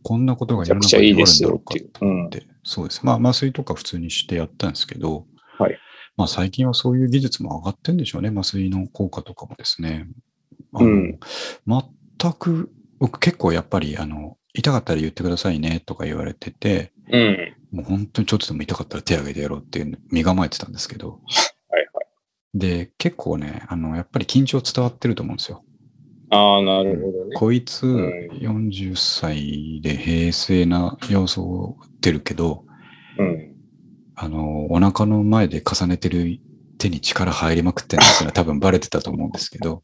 [SPEAKER 2] こんなことが
[SPEAKER 1] めちゃ
[SPEAKER 2] 世の
[SPEAKER 1] くち
[SPEAKER 2] 中
[SPEAKER 1] ゃい
[SPEAKER 2] に
[SPEAKER 1] い
[SPEAKER 2] ある
[SPEAKER 1] で
[SPEAKER 2] ん
[SPEAKER 1] す
[SPEAKER 2] だろ
[SPEAKER 1] よ
[SPEAKER 2] う
[SPEAKER 1] っ
[SPEAKER 2] か
[SPEAKER 1] て
[SPEAKER 2] っ
[SPEAKER 1] い
[SPEAKER 2] て
[SPEAKER 1] う。うん。
[SPEAKER 2] そうです。まあ、麻酔とか普通にしてやったんですけど、
[SPEAKER 1] はい
[SPEAKER 2] まあ、最近はそういう技術も上がってんでしょうね。麻酔の効果とかもですね。あの
[SPEAKER 1] うん
[SPEAKER 2] 全く僕結構やっぱり、あの、痛かったら言ってくださいねとか言われてて、
[SPEAKER 1] うん。
[SPEAKER 2] もう本当にちょっとでも痛かったら手挙げてやろうっていう身構えてたんですけど、
[SPEAKER 1] はい
[SPEAKER 2] で、結構ね、あの、やっぱり緊張伝わってると思うんですよ。
[SPEAKER 1] ああ、なるほどね。
[SPEAKER 2] こいつ
[SPEAKER 1] うん
[SPEAKER 2] 40歳で平成な要素を出るけど、
[SPEAKER 1] うん。
[SPEAKER 2] あの、お腹の前で重ねてる手に力入りまくってんのっていうの は多分バレてたと思うんですけど、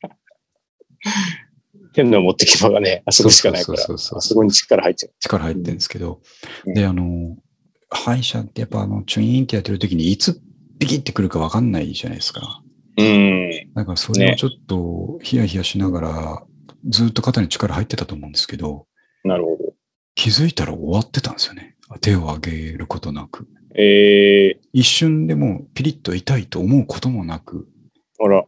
[SPEAKER 1] 変な持ってき場がね、あそこしかないから、
[SPEAKER 2] そうそうそうそう
[SPEAKER 1] あそこに力入っちゃう。
[SPEAKER 2] 力入ってるんですけど、
[SPEAKER 1] うん
[SPEAKER 2] で、あの、歯医者ってやっぱあの、チュイーンってやってる時にいつピキってくるかわかんないじゃないですか。
[SPEAKER 1] うん。
[SPEAKER 2] だからそれを
[SPEAKER 1] ね
[SPEAKER 2] ちょっとヒヤヒヤしながら、ずっと肩に力入ってたと思うんですけど、
[SPEAKER 1] なるほど。
[SPEAKER 2] 気づいたら終わってたんですよね。手を上げることなく。
[SPEAKER 1] ええ
[SPEAKER 2] 一瞬でもうピリッと痛いと思うこともなく
[SPEAKER 1] ー、あら、こ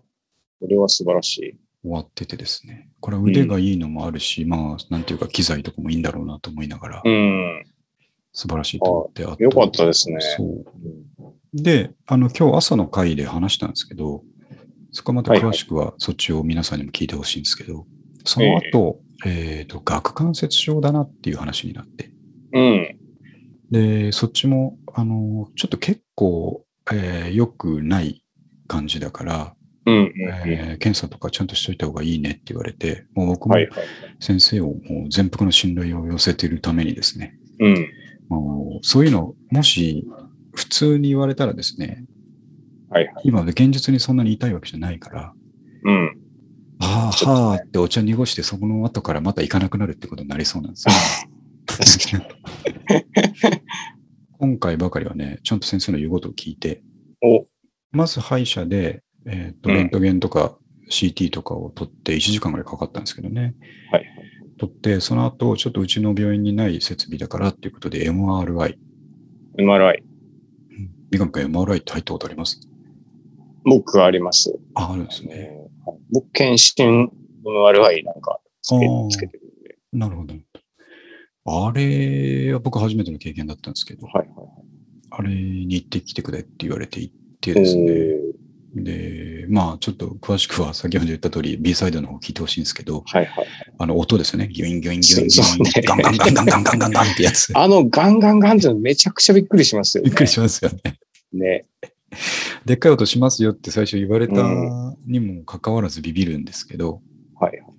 [SPEAKER 1] れは素晴らしい。
[SPEAKER 2] 終わっててですね。これは腕がいいのもあるし、まあ、なんていうか機材とかもいいんだろうなと思いながら、
[SPEAKER 1] うん。
[SPEAKER 2] 素晴らしいと思ってあと
[SPEAKER 1] よかったですね。
[SPEAKER 2] そう。
[SPEAKER 1] うん
[SPEAKER 2] で、あの、今日朝の回で話したんですけど、そこはまた詳しくはそっちを皆さんにも聞いてほしいんですけど、その後、えっ、と、顎関節症だなっていう話になって、
[SPEAKER 1] うん。
[SPEAKER 2] で、そっちも、あの、ちょっと結構、えー良くない感じだから、
[SPEAKER 1] うん。うん
[SPEAKER 2] え
[SPEAKER 1] うん。
[SPEAKER 2] ー検査とかちゃんとしといた方がいいねって言われて、もう僕も
[SPEAKER 1] はいはい。
[SPEAKER 2] 先生をもう全幅の信頼を寄せているためにですね、
[SPEAKER 1] うん。
[SPEAKER 2] もうそういうの、もし普通に言われたらですね、
[SPEAKER 1] はいはい。
[SPEAKER 2] 今まで現実にそんなに痛いわけじゃないから、
[SPEAKER 1] うん。
[SPEAKER 2] は
[SPEAKER 1] ち
[SPEAKER 2] あ
[SPEAKER 1] ょっとね
[SPEAKER 2] はあってお茶濁して、そこの後からまた行かなくなるってことになりそうなん ですよ。 今回ばかりはね、ちゃんと先生の言うことを聞いて、
[SPEAKER 1] お、
[SPEAKER 2] まず歯医者で、えーと
[SPEAKER 1] うん
[SPEAKER 2] レントゲンとか CT とかを取って1時間ぐらいかかったんですけどね。
[SPEAKER 1] はい
[SPEAKER 2] 取って、その後、ちょっとうちの病院にない設備だからっていうことで MRI。
[SPEAKER 1] MRI。
[SPEAKER 2] 三上君 MRI って入ったことあります
[SPEAKER 1] 僕あります。
[SPEAKER 2] あ、あるんですね。
[SPEAKER 1] はい僕、検診 MRI なんかつけ
[SPEAKER 2] あー
[SPEAKER 1] つけてるんで。
[SPEAKER 2] なるほど。あれは僕初めての経験だったんですけど、
[SPEAKER 1] はいは
[SPEAKER 2] あれに行ってきてくれって言われて行って
[SPEAKER 1] い。
[SPEAKER 2] ですね。
[SPEAKER 1] おー
[SPEAKER 2] で、まあちょっと詳しくは先ほど言った通り B サイドの方聞いてほしいんですけど、
[SPEAKER 1] はいはい。
[SPEAKER 2] あの音ですよね。ギュインギュインギュインギ
[SPEAKER 1] そう
[SPEAKER 2] ュイン、
[SPEAKER 1] そうね
[SPEAKER 2] ガンガンガンガンガンガンガンガンってや つ。
[SPEAKER 1] あの、ガンガンガンってのめちゃくちゃびっくりしますよね。
[SPEAKER 2] びっくりしますよね。
[SPEAKER 1] ね。
[SPEAKER 2] でっかい音しますよって最初言われた
[SPEAKER 1] う
[SPEAKER 2] にもかかわらずビビるんですけど、
[SPEAKER 1] はいはい。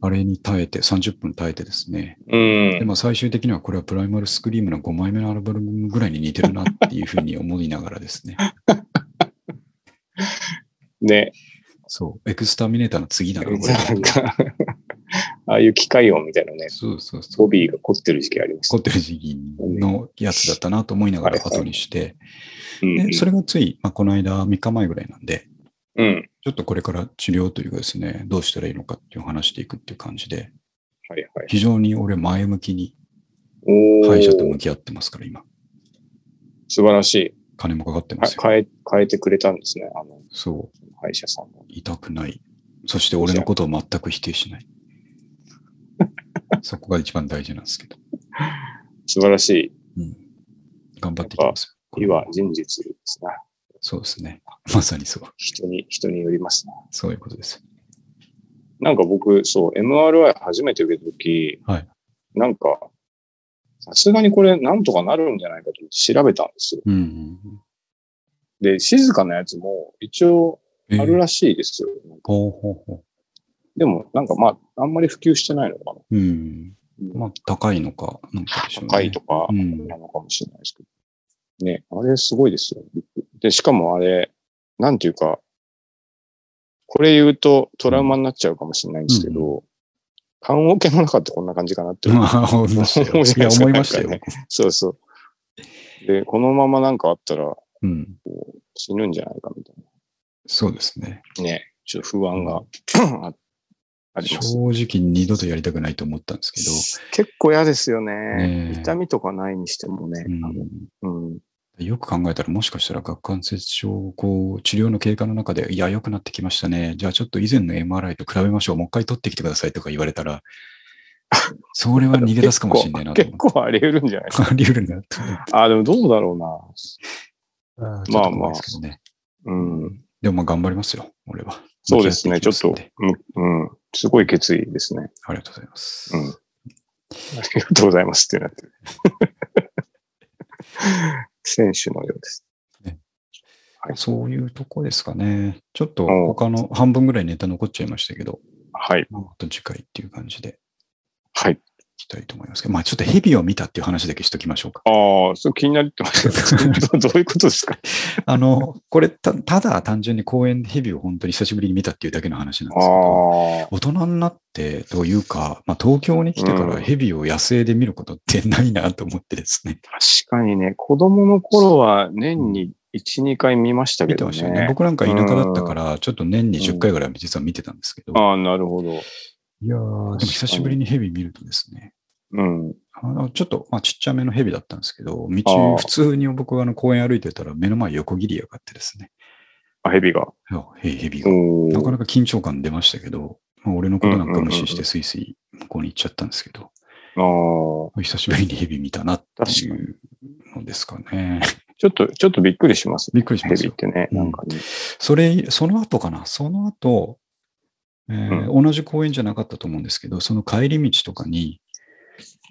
[SPEAKER 2] あれに耐えて、30分耐えてですね。
[SPEAKER 1] うん
[SPEAKER 2] で。まあ最終的にはこれはプライマルスクリームの5枚目のアルバムぐらいに似てるなっていうふうに思いながらですね。
[SPEAKER 1] ね。
[SPEAKER 2] そう。エクスタミネーターの次だな、これ。
[SPEAKER 1] なんか、ああいう機械音みたいなね、
[SPEAKER 2] そうそうそう。
[SPEAKER 1] ボビーが凝ってる時期ありました
[SPEAKER 2] 凝ってる時期のやつだったなと思いながら後にして、
[SPEAKER 1] うんうん
[SPEAKER 2] でそれがつい、まあ、この間3日前ぐらいなんで、
[SPEAKER 1] うん。
[SPEAKER 2] ちょっとこれから治療というかですね、どうしたらいいのかっていう話していくっていう感じで、
[SPEAKER 1] はいはい。
[SPEAKER 2] 非常に俺前向きに
[SPEAKER 1] お
[SPEAKER 2] 歯医者と向
[SPEAKER 1] ー
[SPEAKER 2] き合ってますから、今。
[SPEAKER 1] 素晴らしい。
[SPEAKER 2] 金もかかってま
[SPEAKER 1] は
[SPEAKER 2] すよ。
[SPEAKER 1] 変え、変えてくれたんですね。あの、
[SPEAKER 2] そう。
[SPEAKER 1] 歯医者さんも。
[SPEAKER 2] 痛くない。そして俺のことを全く否定し ない。そこが一番大事なんですけど。
[SPEAKER 1] 素晴らしい。
[SPEAKER 2] うん、頑張っていきますよ。
[SPEAKER 1] 今、人実ですね。
[SPEAKER 2] そうですね。まさにそう。
[SPEAKER 1] 人に、人によりますね。
[SPEAKER 2] そういうことです。
[SPEAKER 1] なんか僕、そう、MRI 初めて受けたとき、
[SPEAKER 2] はい
[SPEAKER 1] なんか、さすがにこれなんとかなるんじゃないかと思って調べたんですよ。
[SPEAKER 2] うんうんうん。
[SPEAKER 1] で、静かなやつも一応
[SPEAKER 2] えー
[SPEAKER 1] あるらしいですよ。
[SPEAKER 2] ほうほうほ
[SPEAKER 1] でも、なんかまあ、あんまり普及してないのか
[SPEAKER 2] う。うん。
[SPEAKER 1] な。
[SPEAKER 2] まあ、高いのか、なんかでしょうね。
[SPEAKER 1] 高いとか
[SPEAKER 2] う、ん。
[SPEAKER 1] なのかもしれないですけど。ね、あれすごいですよ。で、しかもあれ、なんていうか、これ言うとトラウマになっちゃうかもしれないんですけ
[SPEAKER 2] う
[SPEAKER 1] ど、棺桶の中ってこんな感じかなって思う。
[SPEAKER 2] まあ、思いま したよ。いや、思いましたよ。
[SPEAKER 1] そうそう。で、このままなんかあったら
[SPEAKER 2] うん。
[SPEAKER 1] 死ぬんじゃないかみたい
[SPEAKER 2] そうですね。
[SPEAKER 1] な。ね、ちょっと不安が ああり
[SPEAKER 2] 正
[SPEAKER 1] ます。
[SPEAKER 2] 直、二度とやりたくないと思ったんですけど、
[SPEAKER 1] 結構嫌ですよね。
[SPEAKER 2] ねえ
[SPEAKER 1] 痛みとかないにしてもね。うん。
[SPEAKER 2] よく考えたら、もしかしたら、顎関節症をこう治療の経過の中で、いや、良くなってきましたね。じゃあ、ちょっと以前の MRI と比べましょう。もう一回取ってきてくださいとか言われたら、それは逃げ出すかもしれないなと
[SPEAKER 1] 結
[SPEAKER 2] 思って。
[SPEAKER 1] 構あり得るんじゃないですか。
[SPEAKER 2] あり得るなと思って。
[SPEAKER 1] あ、でもどうだろうな。
[SPEAKER 2] まあまあ。
[SPEAKER 1] うん。
[SPEAKER 2] でも、まあ、頑張りますよ、俺は。
[SPEAKER 1] そうですね。ちょっと
[SPEAKER 2] 向き合ていきますんで、
[SPEAKER 1] うん、うんすごい決意ですね。
[SPEAKER 2] ありがとうございます。
[SPEAKER 1] うんありがとうございますってなって る。選手のようです。はい
[SPEAKER 2] そういうとこですかね。ちょっと
[SPEAKER 1] うん
[SPEAKER 2] 他の半分ぐらいネタ残っちゃいましたけど、
[SPEAKER 1] はい。
[SPEAKER 2] まああと次回っていう感じで
[SPEAKER 1] はい。
[SPEAKER 2] いきたいと思いますけど、まあちょっとヘビを見たっていう話だけしときましょうか。
[SPEAKER 1] ああ、そう気になってました。 どういうことですか
[SPEAKER 2] あの、これた、ただ単純に公園でヘビを本当に久しぶりに見たっていうだけの話なん
[SPEAKER 1] あ
[SPEAKER 2] ですけど、
[SPEAKER 1] あ。
[SPEAKER 2] 大人になってというか、まあ、東京に来てか
[SPEAKER 1] う
[SPEAKER 2] ら
[SPEAKER 1] ん
[SPEAKER 2] ヘビを野生で見ることってないなと思ってですね。
[SPEAKER 1] 確かにね、子供の頃は年に1、2回見ましたけ
[SPEAKER 2] 見て
[SPEAKER 1] ど
[SPEAKER 2] ま
[SPEAKER 1] ね。
[SPEAKER 2] したよね。僕なんか田舎だったから、ちょっと年に10回ぐらいは実は見てたんですけど、
[SPEAKER 1] ああ、なるほど。
[SPEAKER 2] いやーでも久しぶりにヘビ見るとですね、
[SPEAKER 1] うん。
[SPEAKER 2] あのちょっと、まあ、ちっちゃめのヘビだったんですけど、
[SPEAKER 1] あ
[SPEAKER 2] 道、
[SPEAKER 1] ー
[SPEAKER 2] 普通に僕があの公園歩いてたら目の前横切りやがってですね、
[SPEAKER 1] あ、ヘビが。
[SPEAKER 2] いやヘヘビが。
[SPEAKER 1] お
[SPEAKER 2] なか
[SPEAKER 1] ー
[SPEAKER 2] なか緊張感出ましたけど、まあ、俺のことなんか無視し
[SPEAKER 1] うんうんうんう
[SPEAKER 2] てスイスイ向こうに行っちゃったんですけど、
[SPEAKER 1] あー
[SPEAKER 2] 久しぶりにヘビ見たなっていうのですかね。
[SPEAKER 1] ちょっと、ちょっとびっくりします。
[SPEAKER 2] びっくりしま
[SPEAKER 1] ヘ
[SPEAKER 2] す
[SPEAKER 1] ビっ
[SPEAKER 2] よ。
[SPEAKER 1] てね。なんかね。
[SPEAKER 2] それ、その後かな、その後、えー同じ公園じゃなかったと思うんですけど、その帰り道とかに、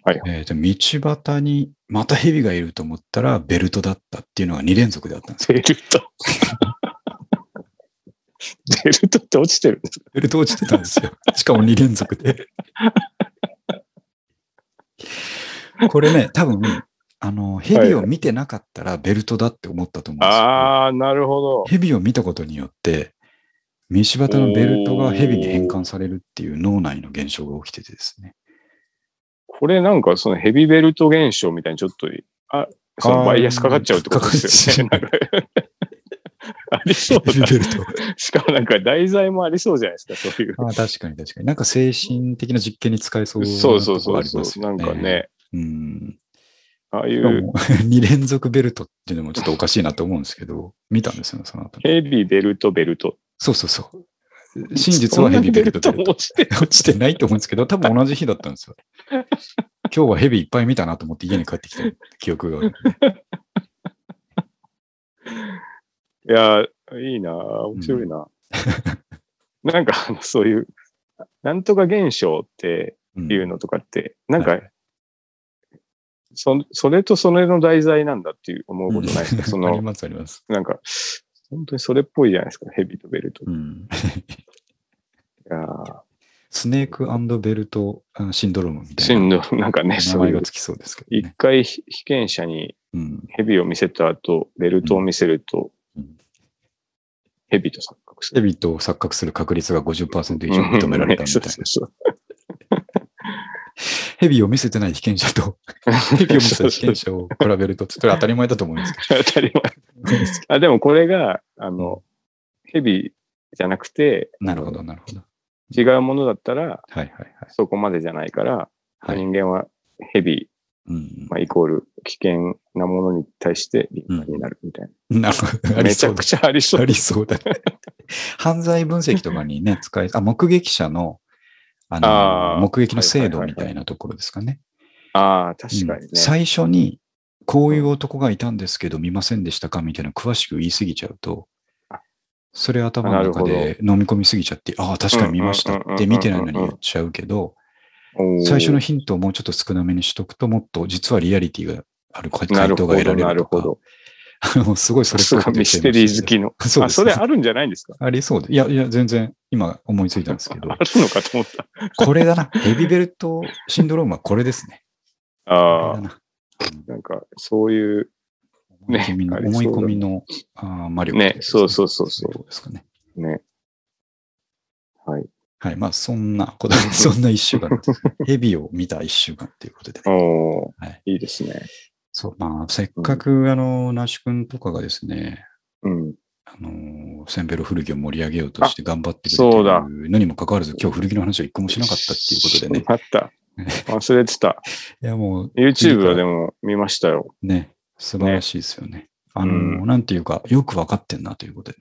[SPEAKER 1] はい
[SPEAKER 2] えーと道端にまたヘビがいると思ったらベルトだったっていうのが2連続であったんですよ。
[SPEAKER 1] ベル ト。ベルトって落ちてるんですか
[SPEAKER 2] ベルト落ちてたんですよ。しかも2連続で。これね、多分、あの、ヘビを見てなかったらベルトだって思ったと思うんですけど、
[SPEAKER 1] ああ、なるほど。
[SPEAKER 2] ヘビを見たことによって、道端のベルトがヘビに変換されるっていう脳内の現象が起きててですね。
[SPEAKER 1] これなんかそのヘビベルト現象みたいにちょっと、あ、そのバイアスかかっちゃうってことですよ
[SPEAKER 2] か
[SPEAKER 1] ね。
[SPEAKER 2] かっち
[SPEAKER 1] なんかありそ
[SPEAKER 2] ヘ
[SPEAKER 1] う
[SPEAKER 2] ビ
[SPEAKER 1] だ。
[SPEAKER 2] ベル ト。
[SPEAKER 1] しかもなんか題材もありそうじゃないですか、そういう。
[SPEAKER 2] ああ確かに確かに。なんか精神的な実験に使えそうな
[SPEAKER 1] そうそ
[SPEAKER 2] とこ
[SPEAKER 1] うそ
[SPEAKER 2] ろあ
[SPEAKER 1] う
[SPEAKER 2] り
[SPEAKER 1] そ
[SPEAKER 2] ま
[SPEAKER 1] う、
[SPEAKER 2] す
[SPEAKER 1] な
[SPEAKER 2] よ
[SPEAKER 1] ん
[SPEAKER 2] ね。
[SPEAKER 1] かね、
[SPEAKER 2] うん。
[SPEAKER 1] ああい
[SPEAKER 2] しか
[SPEAKER 1] う
[SPEAKER 2] も 2連続ベルトっていうのもちょっとおかしいなと思うんですけど、見たんですよね、その後に。
[SPEAKER 1] ヘビベルトベルト。
[SPEAKER 2] そうそうそう。真実はヘビベルトベ
[SPEAKER 1] そんな
[SPEAKER 2] ルト。
[SPEAKER 1] にベ落ちてる。
[SPEAKER 2] 落ちてないと思うんですけど、多分同じ日だったん ですよ。今日はヘビいっぱい見たなと思って家に帰ってきた記憶がある。
[SPEAKER 1] いやー、いいなー、面白いな。なんかあのそういう、なんとか現象って
[SPEAKER 2] うん
[SPEAKER 1] いうのとかって、なん
[SPEAKER 2] は
[SPEAKER 1] か、そそれとそれの題材なんだっていう思うことないですか、そ
[SPEAKER 2] あり
[SPEAKER 1] の、
[SPEAKER 2] ますあります。
[SPEAKER 1] なんか、本当にそれっぽいじゃないですか、ヘビとベルト。い
[SPEAKER 2] うん、
[SPEAKER 1] やー
[SPEAKER 2] スネークベルトあシンドロームみたい
[SPEAKER 1] 真
[SPEAKER 2] な
[SPEAKER 1] の、なんかね、
[SPEAKER 2] 名
[SPEAKER 1] そう
[SPEAKER 2] 前
[SPEAKER 1] い
[SPEAKER 2] が
[SPEAKER 1] う、
[SPEAKER 2] つきそうですけど
[SPEAKER 1] 一
[SPEAKER 2] ね。
[SPEAKER 1] 回被験者に
[SPEAKER 2] うん、
[SPEAKER 1] ヘビを見せた後、ベルトを見せると
[SPEAKER 2] うん、
[SPEAKER 1] ヘビと錯覚す
[SPEAKER 2] ヘ
[SPEAKER 1] る。
[SPEAKER 2] ビと錯覚する確率が50%以上認められたみたい
[SPEAKER 1] うん
[SPEAKER 2] な
[SPEAKER 1] そう。そう
[SPEAKER 2] ヘビを見せてない被験者 と、ヘビを見せた被験者を比べると、ちょっと当たり前だと思うんですけ
[SPEAKER 1] そう当たり前。あ、でもこれが、あの、ヘビじゃなくて、
[SPEAKER 2] ど。なるほど、なるほど。
[SPEAKER 1] 違うものだったら、
[SPEAKER 2] はいはいはい。
[SPEAKER 1] そこまでじゃないから、
[SPEAKER 2] はい
[SPEAKER 1] 人間はヘビ、
[SPEAKER 2] うん
[SPEAKER 1] まあ、イコール危険なものに対して立派になるみたい
[SPEAKER 2] なるほ
[SPEAKER 1] な。
[SPEAKER 2] ど。あり
[SPEAKER 1] めち
[SPEAKER 2] そ
[SPEAKER 1] ゃ
[SPEAKER 2] うだ
[SPEAKER 1] くちゃ ありそう
[SPEAKER 2] あ。りそうだ。 犯罪分析とかに ね、使い、あ、目撃者の、あの、
[SPEAKER 1] あー
[SPEAKER 2] 目撃の精度
[SPEAKER 1] は
[SPEAKER 2] み
[SPEAKER 1] いはいはいはい
[SPEAKER 2] たいなところですかね。
[SPEAKER 1] ああ、確かにね
[SPEAKER 2] うん。最初に、こういう男がいたんですけど見ませんでしたかみたいな詳しく言い過ぎちゃうと
[SPEAKER 1] あ、
[SPEAKER 2] それ頭の中
[SPEAKER 1] な
[SPEAKER 2] で
[SPEAKER 1] る
[SPEAKER 2] 飲み込みすぎちゃって、ああ、確かに見ましたって見てないのに
[SPEAKER 1] うんうんうんうんうん
[SPEAKER 2] 言っちゃうけど、
[SPEAKER 1] おー
[SPEAKER 2] 最初のヒントをもうちょっと少なめにしとくと、もっと実はリアリティがある回答
[SPEAKER 1] なる
[SPEAKER 2] が
[SPEAKER 1] ほ
[SPEAKER 2] 得ら
[SPEAKER 1] ど、
[SPEAKER 2] れ
[SPEAKER 1] な
[SPEAKER 2] る
[SPEAKER 1] る
[SPEAKER 2] と
[SPEAKER 1] ほ
[SPEAKER 2] か
[SPEAKER 1] ど。。
[SPEAKER 2] あの すごいそ
[SPEAKER 1] さ
[SPEAKER 2] れっ
[SPEAKER 1] す
[SPEAKER 2] ぽいこ
[SPEAKER 1] が
[SPEAKER 2] と言
[SPEAKER 1] ミ
[SPEAKER 2] っちゃいまし
[SPEAKER 1] ステ
[SPEAKER 2] たけど
[SPEAKER 1] リー好きの。
[SPEAKER 2] そう
[SPEAKER 1] あ、
[SPEAKER 2] です
[SPEAKER 1] それあるんじゃないんですか
[SPEAKER 2] ありそうで。いや、いや、全然、今思いついたんですけど
[SPEAKER 1] あ、るのかと思った。
[SPEAKER 2] これだな。ヘビベルトシンドロームはこれですね。
[SPEAKER 1] あ
[SPEAKER 2] こ
[SPEAKER 1] あ
[SPEAKER 2] れ、だな
[SPEAKER 1] なんか、そういう、
[SPEAKER 2] 思い込みの、
[SPEAKER 1] ねあり
[SPEAKER 2] 思
[SPEAKER 1] そうだ
[SPEAKER 2] い込みのあー魔力、
[SPEAKER 1] ね、そうそうそうそ
[SPEAKER 2] そういうことですかね。
[SPEAKER 1] う。ね。はい。
[SPEAKER 2] はい。まあ、そんなこと、 そんな一週間です。ヘビを見た一週間ということで、ね。
[SPEAKER 1] おー
[SPEAKER 2] はい
[SPEAKER 1] いいですね。
[SPEAKER 2] そう、まあ、せっかく、あの、那須君とかがですね、
[SPEAKER 1] うん。
[SPEAKER 2] あのーセンベロ古着を盛り上げようとして頑張ってくれて
[SPEAKER 1] そうだ
[SPEAKER 2] るのにもかかわらず、今日古着の話は一個もしなかったっていうことでね。
[SPEAKER 1] あった。忘れてた。
[SPEAKER 2] いや、もう、
[SPEAKER 1] YouTube はでも見ましたよ。
[SPEAKER 2] ね、素晴らしいですよね。あの、
[SPEAKER 1] うん
[SPEAKER 2] なんていうか、よくわかってんなということで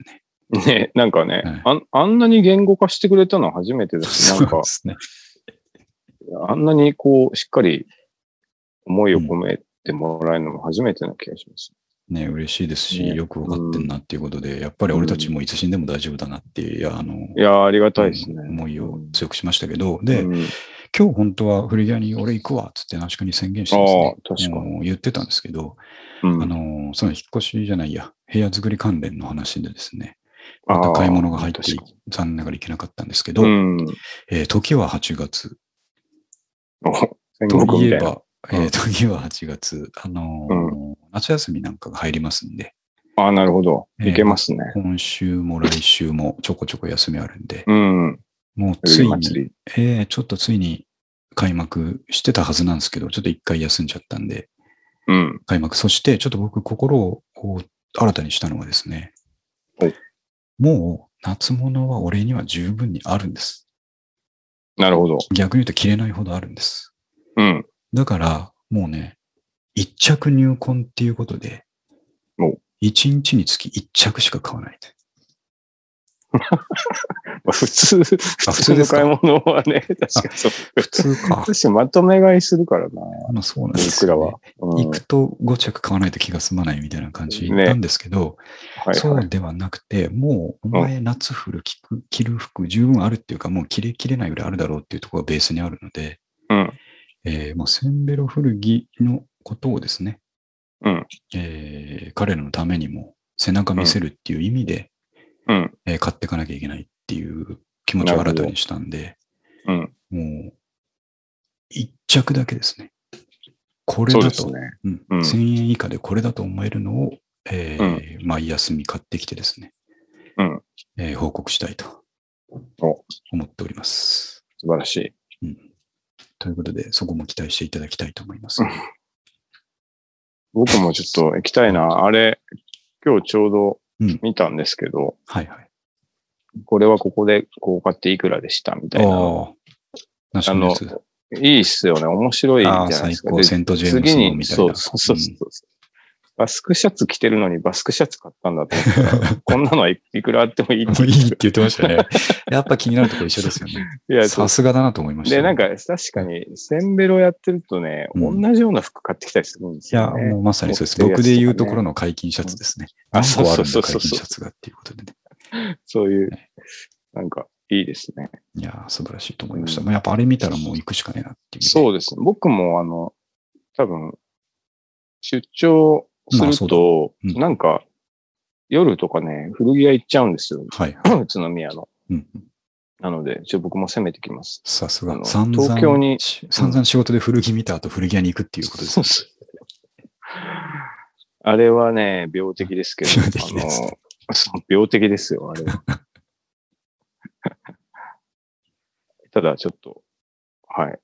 [SPEAKER 2] ね。
[SPEAKER 1] ね、なんかね、
[SPEAKER 2] はい
[SPEAKER 1] あんあんなに言語化してくれたのは初めてだし、なん
[SPEAKER 2] そう
[SPEAKER 1] か
[SPEAKER 2] で、すね。
[SPEAKER 1] あんなにこう、しっかり思いを込めてもらえるのも初めてな気がします。
[SPEAKER 2] ね、嬉しいですし、
[SPEAKER 1] ね
[SPEAKER 2] よくわかってんなっていうことで、やっぱり俺たちもいつ死んでも大丈夫だなっていう、いやあの、
[SPEAKER 1] いやー、ありがたいですね。
[SPEAKER 2] 思いを強くしましたけど、で、
[SPEAKER 1] うん
[SPEAKER 2] 今日本当は古着屋に俺行くわっつって、ナシカに宣言してですね
[SPEAKER 1] ああ確かに
[SPEAKER 2] あの言ってたんですけど、
[SPEAKER 1] うん
[SPEAKER 2] あの、その引っ越しじゃないや、部屋作り関連の話でですね、
[SPEAKER 1] あ
[SPEAKER 2] また
[SPEAKER 1] ー
[SPEAKER 2] 買い物が入って
[SPEAKER 1] 確かに、
[SPEAKER 2] 残念ながら行けなかったんですけど、
[SPEAKER 1] うん。
[SPEAKER 2] えー時は8月、
[SPEAKER 1] お戦
[SPEAKER 2] と
[SPEAKER 1] 国
[SPEAKER 2] い
[SPEAKER 1] みた
[SPEAKER 2] え
[SPEAKER 1] いな。
[SPEAKER 2] ば、えー時は8月、あのー夏休みなんかが入りますんで、
[SPEAKER 1] ああ、なるほど。
[SPEAKER 2] ええ
[SPEAKER 1] いけますね。
[SPEAKER 2] 今週も来週もちょこちょこ休みあるんで、
[SPEAKER 1] うん。
[SPEAKER 2] もうついに、
[SPEAKER 1] 祭り。
[SPEAKER 2] えーちょっとついに開幕してたはずなんですけど、ちょっと一回休んじゃったんで、
[SPEAKER 1] うん。
[SPEAKER 2] 開幕。そして、ちょっと僕、心をこう新たにしたのはですね
[SPEAKER 1] はい、
[SPEAKER 2] もう夏物は俺には十分にあるんです。
[SPEAKER 1] なるほど。
[SPEAKER 2] 逆に言うと着れないほどあるんです。
[SPEAKER 1] うん。
[SPEAKER 2] だから、もうね、一着入魂っていうことで
[SPEAKER 1] お、
[SPEAKER 2] 一日につき一着しか買わないで。
[SPEAKER 1] まあ普通、普
[SPEAKER 2] あ普
[SPEAKER 1] 通
[SPEAKER 2] 通で
[SPEAKER 1] の
[SPEAKER 2] すか
[SPEAKER 1] 買い物はね、確かにそう。
[SPEAKER 2] 普通 か。
[SPEAKER 1] 私まとめ買いするからな、
[SPEAKER 2] まあそうなんです
[SPEAKER 1] 僕ら
[SPEAKER 2] よ、
[SPEAKER 1] は
[SPEAKER 2] ね。。
[SPEAKER 1] うん
[SPEAKER 2] 行くと5着買わないと気が済まないみたいな感じなんですけど、
[SPEAKER 1] はい
[SPEAKER 2] そ
[SPEAKER 1] は
[SPEAKER 2] う
[SPEAKER 1] い。
[SPEAKER 2] ではなくて、もうお前夏フル着く着る服十分あるっていうか、もう着れきれないぐらいあるだろうっていうところがベースにあるので、
[SPEAKER 1] うん。
[SPEAKER 2] えーもうセンベロ古着のことをですね、
[SPEAKER 1] うん
[SPEAKER 2] えー彼らのためにも背中見せるっていう意味で、
[SPEAKER 1] うん。
[SPEAKER 2] えー買っていかなきゃいけないっていう気持ちを新たにしたんで、
[SPEAKER 1] うん。
[SPEAKER 2] もう一着だけですね。これ
[SPEAKER 1] そう
[SPEAKER 2] だ
[SPEAKER 1] で
[SPEAKER 2] と
[SPEAKER 1] す、ね。
[SPEAKER 2] うん
[SPEAKER 1] うん
[SPEAKER 2] 1000円以下でこれだと思えるのを、えー毎休み買ってきてですね、
[SPEAKER 1] うん
[SPEAKER 2] えー報告したいと
[SPEAKER 1] お
[SPEAKER 2] 思っております。
[SPEAKER 1] 素晴らしい。
[SPEAKER 2] ということで、そこも期待していただきたいと思います。
[SPEAKER 1] うん僕もちょっと行きたいな。あれ、今日ちょうど
[SPEAKER 2] うん
[SPEAKER 1] 見たんですけど、
[SPEAKER 2] はいはい。
[SPEAKER 1] これはここでこう買っていくらでしたみたいな。
[SPEAKER 2] ああ。ナシ
[SPEAKER 1] あ
[SPEAKER 2] ョナル
[SPEAKER 1] の
[SPEAKER 2] ズ、
[SPEAKER 1] いいっすよね。面白いじ
[SPEAKER 2] あ
[SPEAKER 1] ゃない
[SPEAKER 2] あ、
[SPEAKER 1] で
[SPEAKER 2] 最
[SPEAKER 1] すか。
[SPEAKER 2] 高。
[SPEAKER 1] で
[SPEAKER 2] セントジェーム
[SPEAKER 1] 次
[SPEAKER 2] ズの
[SPEAKER 1] に、
[SPEAKER 2] みたいな。
[SPEAKER 1] そうそうそうそう、バスクシャツ着てるのにバスクシャツ買ったんだと 思った ら、こんなのはいいくらあってもいい
[SPEAKER 2] うんもういいって言ってま したね。やっぱ気になるところ一緒ですよね。
[SPEAKER 1] いや、そう
[SPEAKER 2] さすがだなと思いました、
[SPEAKER 1] で、なん、か確かに、センベロやってるとね、
[SPEAKER 2] うん
[SPEAKER 1] 同じような服買ってきたりするんで
[SPEAKER 2] い
[SPEAKER 1] す
[SPEAKER 2] や、
[SPEAKER 1] よ、ね。
[SPEAKER 2] もうまさにそうです。
[SPEAKER 1] 持ってる
[SPEAKER 2] 僕
[SPEAKER 1] やつとか
[SPEAKER 2] で
[SPEAKER 1] ね
[SPEAKER 2] 言うところの解禁シャツですね。
[SPEAKER 1] あ、
[SPEAKER 2] 何
[SPEAKER 1] そ
[SPEAKER 2] 個
[SPEAKER 1] う
[SPEAKER 2] あ
[SPEAKER 1] そ
[SPEAKER 2] る
[SPEAKER 1] うんそ
[SPEAKER 2] だ、
[SPEAKER 1] うそ
[SPEAKER 2] 解禁
[SPEAKER 1] うそ
[SPEAKER 2] シ
[SPEAKER 1] う
[SPEAKER 2] ャ。ツがっていうことでね。
[SPEAKER 1] そういう
[SPEAKER 2] ね、
[SPEAKER 1] なんか、いいですね。
[SPEAKER 2] いやー、素晴らしいと思いました。
[SPEAKER 1] うん
[SPEAKER 2] もうやっぱあれ見たらもう行くしかねえなっていう、
[SPEAKER 1] そうですね。僕も、あの、多分、出張す
[SPEAKER 2] まあ
[SPEAKER 1] る
[SPEAKER 2] そう
[SPEAKER 1] と、
[SPEAKER 2] だうん。
[SPEAKER 1] なんか、夜とかね、古着屋行っちゃうんですよ
[SPEAKER 2] はいはい。
[SPEAKER 1] 宇都宮の。
[SPEAKER 2] うん、
[SPEAKER 1] なので、ちょ、僕も攻めてきます。
[SPEAKER 2] さす
[SPEAKER 1] あ
[SPEAKER 2] が。
[SPEAKER 1] の
[SPEAKER 2] 散々
[SPEAKER 1] 東京に
[SPEAKER 2] し散々仕事で古着見た後、古着屋に行くっていうことです、ね。
[SPEAKER 1] そうそう あれはね、病的ですけど、
[SPEAKER 2] 病的です
[SPEAKER 1] あの そう病的ですよ、あ れは。ただ、ちょっと、はい。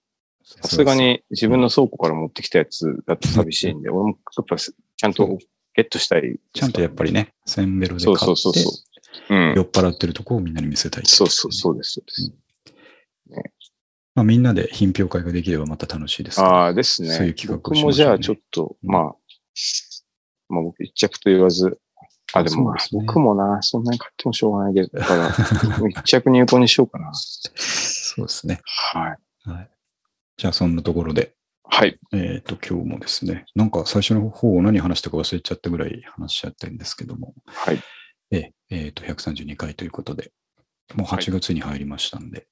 [SPEAKER 1] さすがに自分の倉庫から持ってきたやつだと寂しいんで、俺もやっぱちゃんとゲットしたいですから。
[SPEAKER 2] ちゃんとやっぱりね、センベロで
[SPEAKER 1] そ
[SPEAKER 2] 買
[SPEAKER 1] う
[SPEAKER 2] って、
[SPEAKER 1] そうそうそう。うん。
[SPEAKER 2] 酔っ払ってるとこをみんなに見せたい。
[SPEAKER 1] そうそう、そうです。そうです
[SPEAKER 2] まあ、みんなで品評会ができればまた楽しいですけど。
[SPEAKER 1] ああ、ですね。
[SPEAKER 2] そういう企画を
[SPEAKER 1] 僕
[SPEAKER 2] し
[SPEAKER 1] も
[SPEAKER 2] まし
[SPEAKER 1] じ
[SPEAKER 2] ょうね
[SPEAKER 1] ゃあちょっと、まあ、まあ僕一着と言わず、あ、でもまあ
[SPEAKER 2] そうですね
[SPEAKER 1] 僕もな、そんなに買ってもしょうがない けど、だから、一着入庫にしようかな。
[SPEAKER 2] そうですね。
[SPEAKER 1] はい。
[SPEAKER 2] じゃあ、そんなところで、
[SPEAKER 1] はい。
[SPEAKER 2] えっ、と、今日もですね、なんか最初の方を何話したか忘れちゃったぐらい話しちゃってるんですけども、
[SPEAKER 1] はい。
[SPEAKER 2] えーえーと、132回ということで、もう
[SPEAKER 1] はい
[SPEAKER 2] 8月に入りましたんで、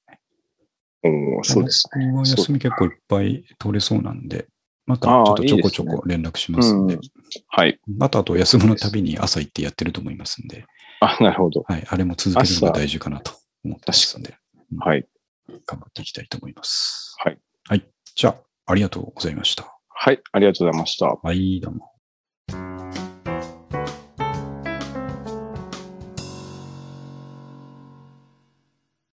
[SPEAKER 1] おーそうですね。
[SPEAKER 2] 僕は休み結構いっぱい取れそうなんで、またちょっとちょこちょこ連絡しますんで、
[SPEAKER 1] ああいいはい。
[SPEAKER 2] またあと休むのたびに朝行ってやってると思いますんで、
[SPEAKER 1] あ、なるほど。
[SPEAKER 2] はい、あれも続けるのが大事かなと思ってますんで、
[SPEAKER 1] はい。
[SPEAKER 2] 頑張っていきたいと思います。
[SPEAKER 1] はい。
[SPEAKER 2] はい。じゃあ、ありがとうございました。
[SPEAKER 1] はい。ありがとうございました。
[SPEAKER 2] はい、どうも。